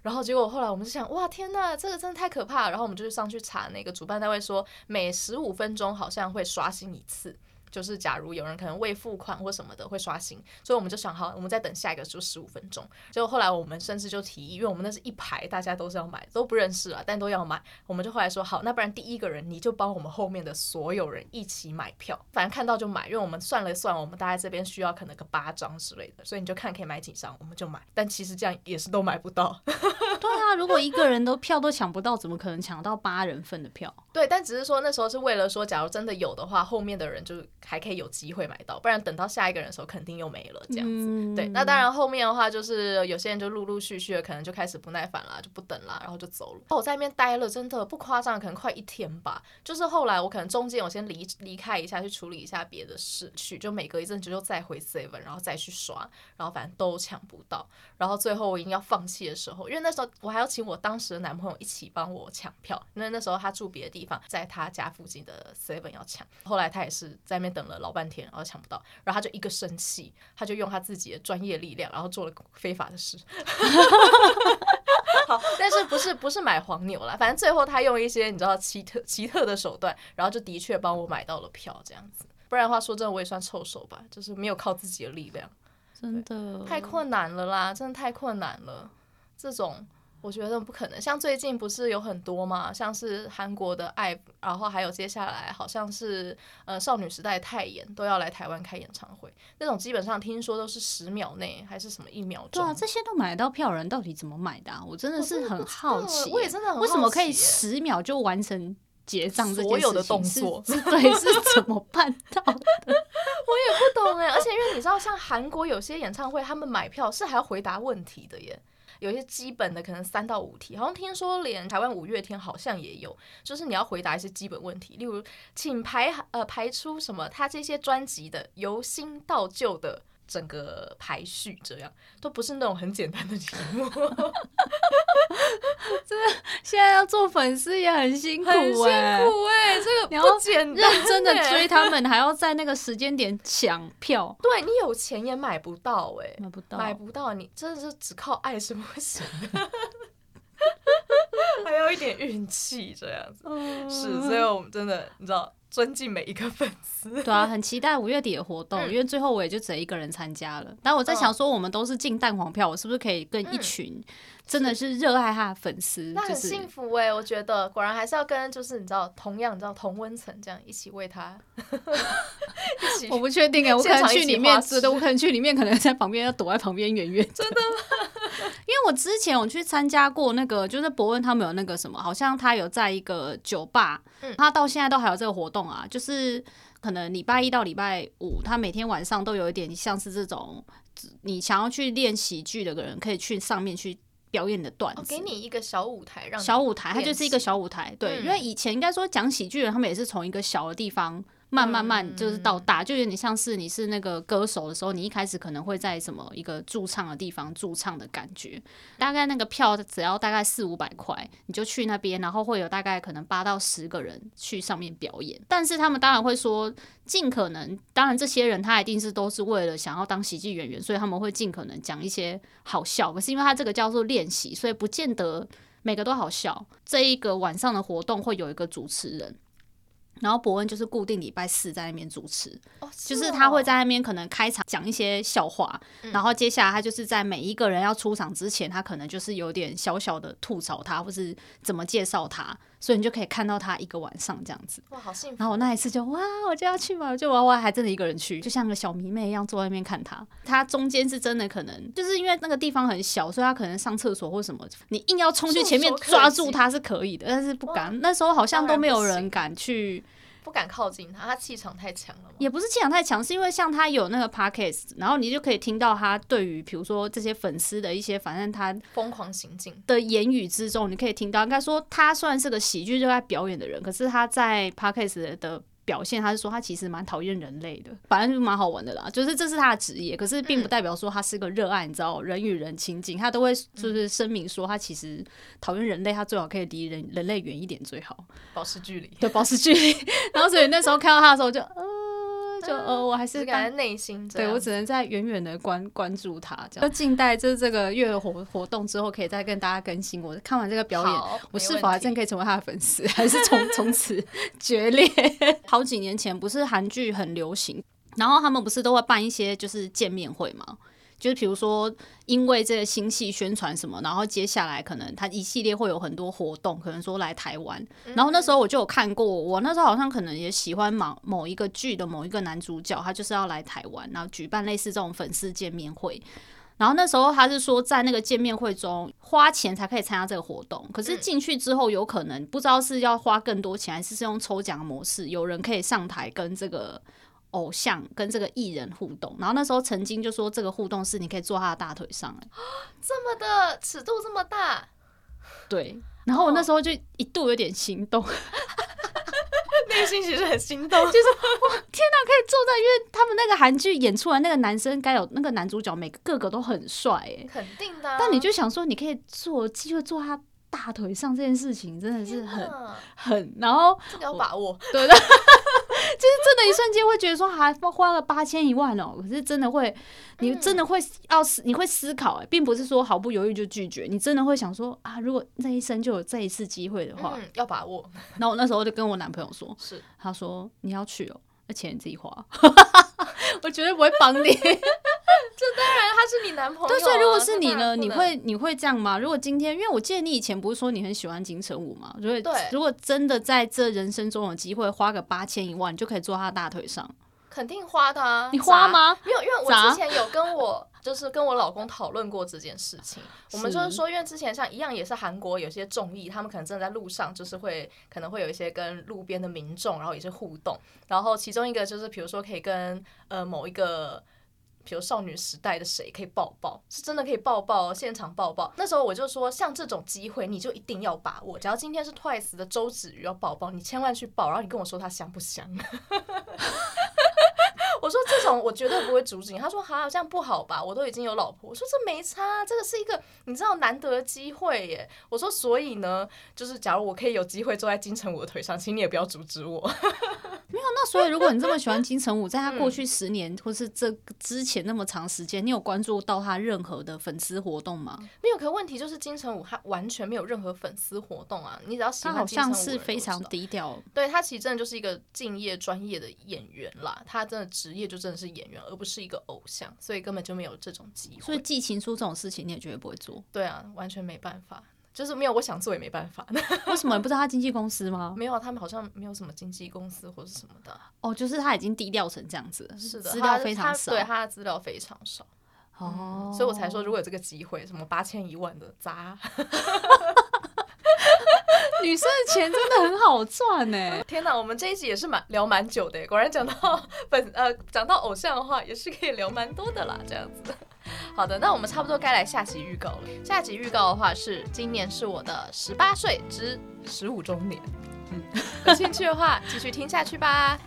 [SPEAKER 1] 然后结果后来我们就想，哇天呐，这个真的太可怕了。然后我们就上去查那个主办单位说，每十五分钟好像会刷新一次，就是假如有人可能未付款或什么的会刷新，所以我们就想好，我们再等下一个就十五分钟。结果后来我们甚至就提议，因为我们那是一排大家都是要买，都不认识啊，但都要买，我们就后来说好，那不然第一个人你就帮我们后面的所有人一起买票，反正看到就买，因为我们算了算，我们大概这边需要可能个八张之类的，所以你就看可以买几张，我们就买。但其实这样也是都买不到。
[SPEAKER 2] 对啊，如果一个人都票都抢不到，怎么可能抢到八人份的票？
[SPEAKER 1] 对，但只是说那时候是为了说，假如真的有的话，后面的人就还可以有机会买到，不然等到下一个人的时候肯定又没了这样子。
[SPEAKER 2] 嗯
[SPEAKER 1] 对，那当然后面的话就是有些人就陆陆续续的可能就开始不耐烦啦，就不等啦，然后就走了。哦我在那边待了真的不夸张，可能快一天吧。就是后来我可能中间我先离离开一下，去处理一下别的事去，就每隔一阵子就再回 seven，然后再去刷，然后反正都抢不到。然后最后我已经要放弃的时候，因为那时候我还要请我当时的男朋友一起帮我抢票，因为那时候他住别的地方，在他家附近的 Seven 要抢。后来他也是在那边等了老半天，然后抢不到，然后他就一个生气，他就用他自己的专业力量，然后做了非法的事。好，但是不是不是买黄牛啦，反正最后他用一些你知道奇特奇特的手段，然后就的确帮我买到了票这样子。不然的话，说真的，我也算臭手吧，就是没有靠自己的力量。
[SPEAKER 2] 真的
[SPEAKER 1] 太困难了啦，真的太困难了。这种我觉得不可能。像最近不是有很多嘛，像是韩国的爱，然后还有接下来好像是呃少女时代泰妍都要来台湾开演唱会，那种基本上听说都是十秒内还是什么一秒
[SPEAKER 2] 对
[SPEAKER 1] 钟。
[SPEAKER 2] 啊，这些都买得到票的人到底怎么买的、啊？我真的是很好欸奇耶，
[SPEAKER 1] 我也真的很好奇耶
[SPEAKER 2] 为什么可以十秒就完成 结账这件事情
[SPEAKER 1] 所有的动作
[SPEAKER 2] 是是 对，是怎么办到？
[SPEAKER 1] 我也不懂哎，而且因为你知道，像韩国有些演唱会，他们买票是还要回答问题的耶。有一些基本的可能三到五题，好像听说连台湾五月天好像也有，就是你要回答一些基本问题，例如请排呃排出什么他这些专辑的由新到旧的整个排序，这样都不是那种很简单的题 目，
[SPEAKER 2] 现在要做粉丝也很辛苦
[SPEAKER 1] 很辛
[SPEAKER 2] 哎、
[SPEAKER 1] 苦哎、这
[SPEAKER 2] 你
[SPEAKER 1] 个
[SPEAKER 2] 要
[SPEAKER 1] 不简单，欸
[SPEAKER 2] 认真的欸追他们，还要在那个时间点抢票，
[SPEAKER 1] 对你有钱也买不到哎、
[SPEAKER 2] 买不到。
[SPEAKER 1] 买不到你，真的是只靠爱是不 行的，还要一点运气这样子。
[SPEAKER 2] 嗯
[SPEAKER 1] 是，所以我们真的你知道，尊敬每一个粉 丝。
[SPEAKER 2] 对啊，很期待五月底的活
[SPEAKER 1] 嗯
[SPEAKER 2] 动，因为最后我也就只有一个人参加了。但我在
[SPEAKER 1] 哦
[SPEAKER 2] 想说，我们都是进蛋黄票，我是不是可以跟一群真的是热爱他的粉丝，
[SPEAKER 1] 嗯那
[SPEAKER 2] 就
[SPEAKER 1] 很
[SPEAKER 2] 是
[SPEAKER 1] 幸福哎、我觉得果然还是要跟就是你知道同样你知道同温层这样一起为他 一起
[SPEAKER 2] 我不确定哎，我 可
[SPEAKER 1] 现
[SPEAKER 2] 能
[SPEAKER 1] 场一
[SPEAKER 2] 去
[SPEAKER 1] 起
[SPEAKER 2] 里
[SPEAKER 1] 花
[SPEAKER 2] 面，
[SPEAKER 1] 痴
[SPEAKER 2] 对的，我可能去里面，可能在旁边要躲在旁边远远。真的吗？ 因为我之前有去参加过那个，就是博文他们有那个什么，好像他有在一个酒吧，
[SPEAKER 1] 嗯
[SPEAKER 2] 他到现在都还有这个活动啊，就是可能礼拜一到礼拜五，他每天晚上都有一点像是这种，你想要去练喜剧的人可以去上面去表演你的段
[SPEAKER 1] 哦，
[SPEAKER 2] 子。
[SPEAKER 1] 给你一个小舞台让你
[SPEAKER 2] 小舞台，它
[SPEAKER 1] 练
[SPEAKER 2] 就是一个小舞台，对，
[SPEAKER 1] 嗯
[SPEAKER 2] 因为以前应该说讲喜剧的人，他们也是从一个小的地方慢慢慢就是到大，就有点像是你是那个歌手的时候，你一开始可能会在什么一个驻唱的地方驻唱的感觉，大概那个票只要大概四五百块，你就去那边，然后会有大概可能八到十个人去上面表演，但是他们当然会说尽可能，当然这些人他一定是都是为了想要当喜剧演员，所以他们会尽可能讲一些好笑，可是因为他这个叫做练习，所以不见得。每个都好笑。这一个晚上的活动会有一个主持人，然后伯恩就是固定礼拜四在那边主持，
[SPEAKER 1] 哦
[SPEAKER 2] 就是他会
[SPEAKER 1] 哦嗯
[SPEAKER 2] 在那边可能开场讲一些笑话，然后接下来他就是在每一个人要出场之前，他可能就是有点小小的吐槽他，或是怎么介绍他，所以你就可以看到他一个晚上这样子。
[SPEAKER 1] 哇，好幸福
[SPEAKER 2] 然后我那一次就哇，我就要去嘛，我就娃娃还真的一个人去，就像个小迷妹一样坐在那边看她。她中间是真的可能就是因为那个地方很小，所以她可能上厕所或什么，你硬要冲去前面
[SPEAKER 1] 触手可及
[SPEAKER 2] 抓住她是可以的，但是不敢。那时候好像都没有人敢去，
[SPEAKER 1] 不敢靠近他，他气场太强了嘛。
[SPEAKER 2] 也不是气场太强，是因为像她有那个 podcast，然后你就可以听到她对于比如说这些粉丝的一些，反正她
[SPEAKER 1] 疯狂行进，
[SPEAKER 2] 的言语之中，你可以听到，应该说他虽然是个喜剧热爱表演的人，可是他在 podcast 的表现，他是说他其实蛮讨厌人类的，反正就蛮好玩的啦。就是这是他的职业，可是并不代表说他是个热爱，你知道人与人亲近，他都会就是声明说他其实讨厌人类，他最好可以离人人类远一点最好，
[SPEAKER 1] 保持距离，
[SPEAKER 2] 对，保持距离。 然后所以那时候看到他的时候就呃，就呃，我还
[SPEAKER 1] 只
[SPEAKER 2] 是当
[SPEAKER 1] 感觉内心这
[SPEAKER 2] 对
[SPEAKER 1] 样
[SPEAKER 2] 我只能在远远的关关注他，这样。就静待就是这个月活活动之后，可以再跟大家更新我看完这个表演，
[SPEAKER 1] 好
[SPEAKER 2] 我
[SPEAKER 1] 没
[SPEAKER 2] 是
[SPEAKER 1] 问
[SPEAKER 2] 否还
[SPEAKER 1] 题
[SPEAKER 2] 真可以成为他的粉丝，还是从 从此决裂？ 好几年前不是韩剧很流行，然后他们不是都会办一些就是见面会吗？就是比如说，因为这个新戏宣传什么，然后接下来可能他一系列会有很多活动，可能说来台湾，然后那时候我就有看过，我那时候好像可能也喜欢某某一个剧的某一个男主角，他就是要来台湾，然后举办类似这种粉丝见面会。然后那时候他是说，在那个见面会中花钱才可以参加这个活动，可是进去之后有可能不知道是要花更多钱，还是是用抽奖的模式，有人可以上台跟这个偶像跟这个艺人互动。然后那时候曾经就说，这个互动是你可以坐他的大腿上、欸
[SPEAKER 1] 这么的尺度这么大，
[SPEAKER 2] 对。然后我那时候就一度有点心动，
[SPEAKER 1] 内心其实很心 动，
[SPEAKER 2] 坐在，因为他们那个韩剧演出来那个男生该有那个男主角，每个个个都很帅哎、
[SPEAKER 1] 肯定的啊。
[SPEAKER 2] 但你就想说，你可以坐机会坐他大腿上这件事情，真的是
[SPEAKER 1] 天
[SPEAKER 2] 很
[SPEAKER 1] 哪
[SPEAKER 2] 很，然后
[SPEAKER 1] 这个要把握，
[SPEAKER 2] 对的，就是真的，一瞬间会觉得说，还花了八千一万哦、可是真的会，你真的会要思，你会思考、欸，并不是说毫不犹豫就拒绝，你真的会想说啊，如果这一生就有这一次机会的话，
[SPEAKER 1] 嗯，要把握，
[SPEAKER 2] 然后我那时候就跟我男朋友说，
[SPEAKER 1] 是
[SPEAKER 2] 他说你要去哦、那钱你自己花， 我绝对不会帮你。
[SPEAKER 1] 当然他是你男朋友啊。
[SPEAKER 2] 对，所以如果是
[SPEAKER 1] 那
[SPEAKER 2] 你
[SPEAKER 1] 当
[SPEAKER 2] 呢，
[SPEAKER 1] 然不
[SPEAKER 2] 你
[SPEAKER 1] 能
[SPEAKER 2] 会你会这样吗？如果今天，因为我记得你以前不是说你很喜欢金城武嘛，如果
[SPEAKER 1] 对
[SPEAKER 2] 如果真的在这人生中有机会花个八千一万，你就可以坐他的大腿上，
[SPEAKER 1] 肯定花的啊。
[SPEAKER 2] 你花
[SPEAKER 1] 砸？
[SPEAKER 2] 吗？
[SPEAKER 1] 没有，因为我
[SPEAKER 2] 砸
[SPEAKER 1] 之前有跟我就是跟我老公讨论过这件事情。我们就是说，因为之前像一样也是韩国有些综艺，他们可能真的在路上就是会可能会有一些跟路边的民众，然后有一些互动。然后其中一个就是比如说可以跟呃某一个。比如少女时代的谁可以抱抱，是真的可以抱抱哦，现场抱抱。那时候我就说，像这种机会你就一定要把握。只要今天是 Twice 的周子瑜要抱抱，你千万去抱，然后你跟我说他香不香。 我说这种我绝对不会阻止你。他说哈，这样不好吧？我都已经有老婆。我说这没差，啊这个是一个你知道难得的机会耶。我说所以呢，就是假如我可以有机会坐在金城武的腿上，请你也不要阻止我。
[SPEAKER 2] 那所以如果你这么喜欢金城武，在他过
[SPEAKER 1] 嗯
[SPEAKER 2] 去十年、或是这之前那么长时间，你有关注到他任何的粉丝活动吗？
[SPEAKER 1] 没有，可问题就是金城武他完全没有任何粉丝活动啊。你只要喜
[SPEAKER 2] 他
[SPEAKER 1] 欢
[SPEAKER 2] 好
[SPEAKER 1] 金城武
[SPEAKER 2] 像
[SPEAKER 1] 的人
[SPEAKER 2] 是非常
[SPEAKER 1] 都知道
[SPEAKER 2] 低调，
[SPEAKER 1] 对他其实真的就是一个敬业专业的演员啦，他真的职业就真的是演员，而不是一个偶像，所以根本就没有这种机
[SPEAKER 2] 所以
[SPEAKER 1] 会。
[SPEAKER 2] 寄情书这种事情你也绝对不会做。
[SPEAKER 1] 对啊，完全没办法，就是没有我想做也没办法。
[SPEAKER 2] 为什么你不知道他经纪公司吗？
[SPEAKER 1] 没有啊，他们好像没有什么经纪公司或是什么的啊。
[SPEAKER 2] 哦，就是他已经低调成这样子了，
[SPEAKER 1] 是的，
[SPEAKER 2] 资
[SPEAKER 1] 他
[SPEAKER 2] 料非
[SPEAKER 1] 他
[SPEAKER 2] 常少。
[SPEAKER 1] 对他的资料非常少。
[SPEAKER 2] 哦，
[SPEAKER 1] 所以我才说如果有这个机会，什么八千一万的砸，
[SPEAKER 2] 女生的钱真的很好赚欸 呢、
[SPEAKER 1] 天哪，我们这一集也是蛮聊蛮久的耶，果然讲 到本呃讲到偶像的话，也是可以聊蛮多的啦，这样子。好的，那我们差不多该来下集预告了。下集预告的话是今年是我的嗯十八岁之十五周年，有兴趣的话继续听下去吧。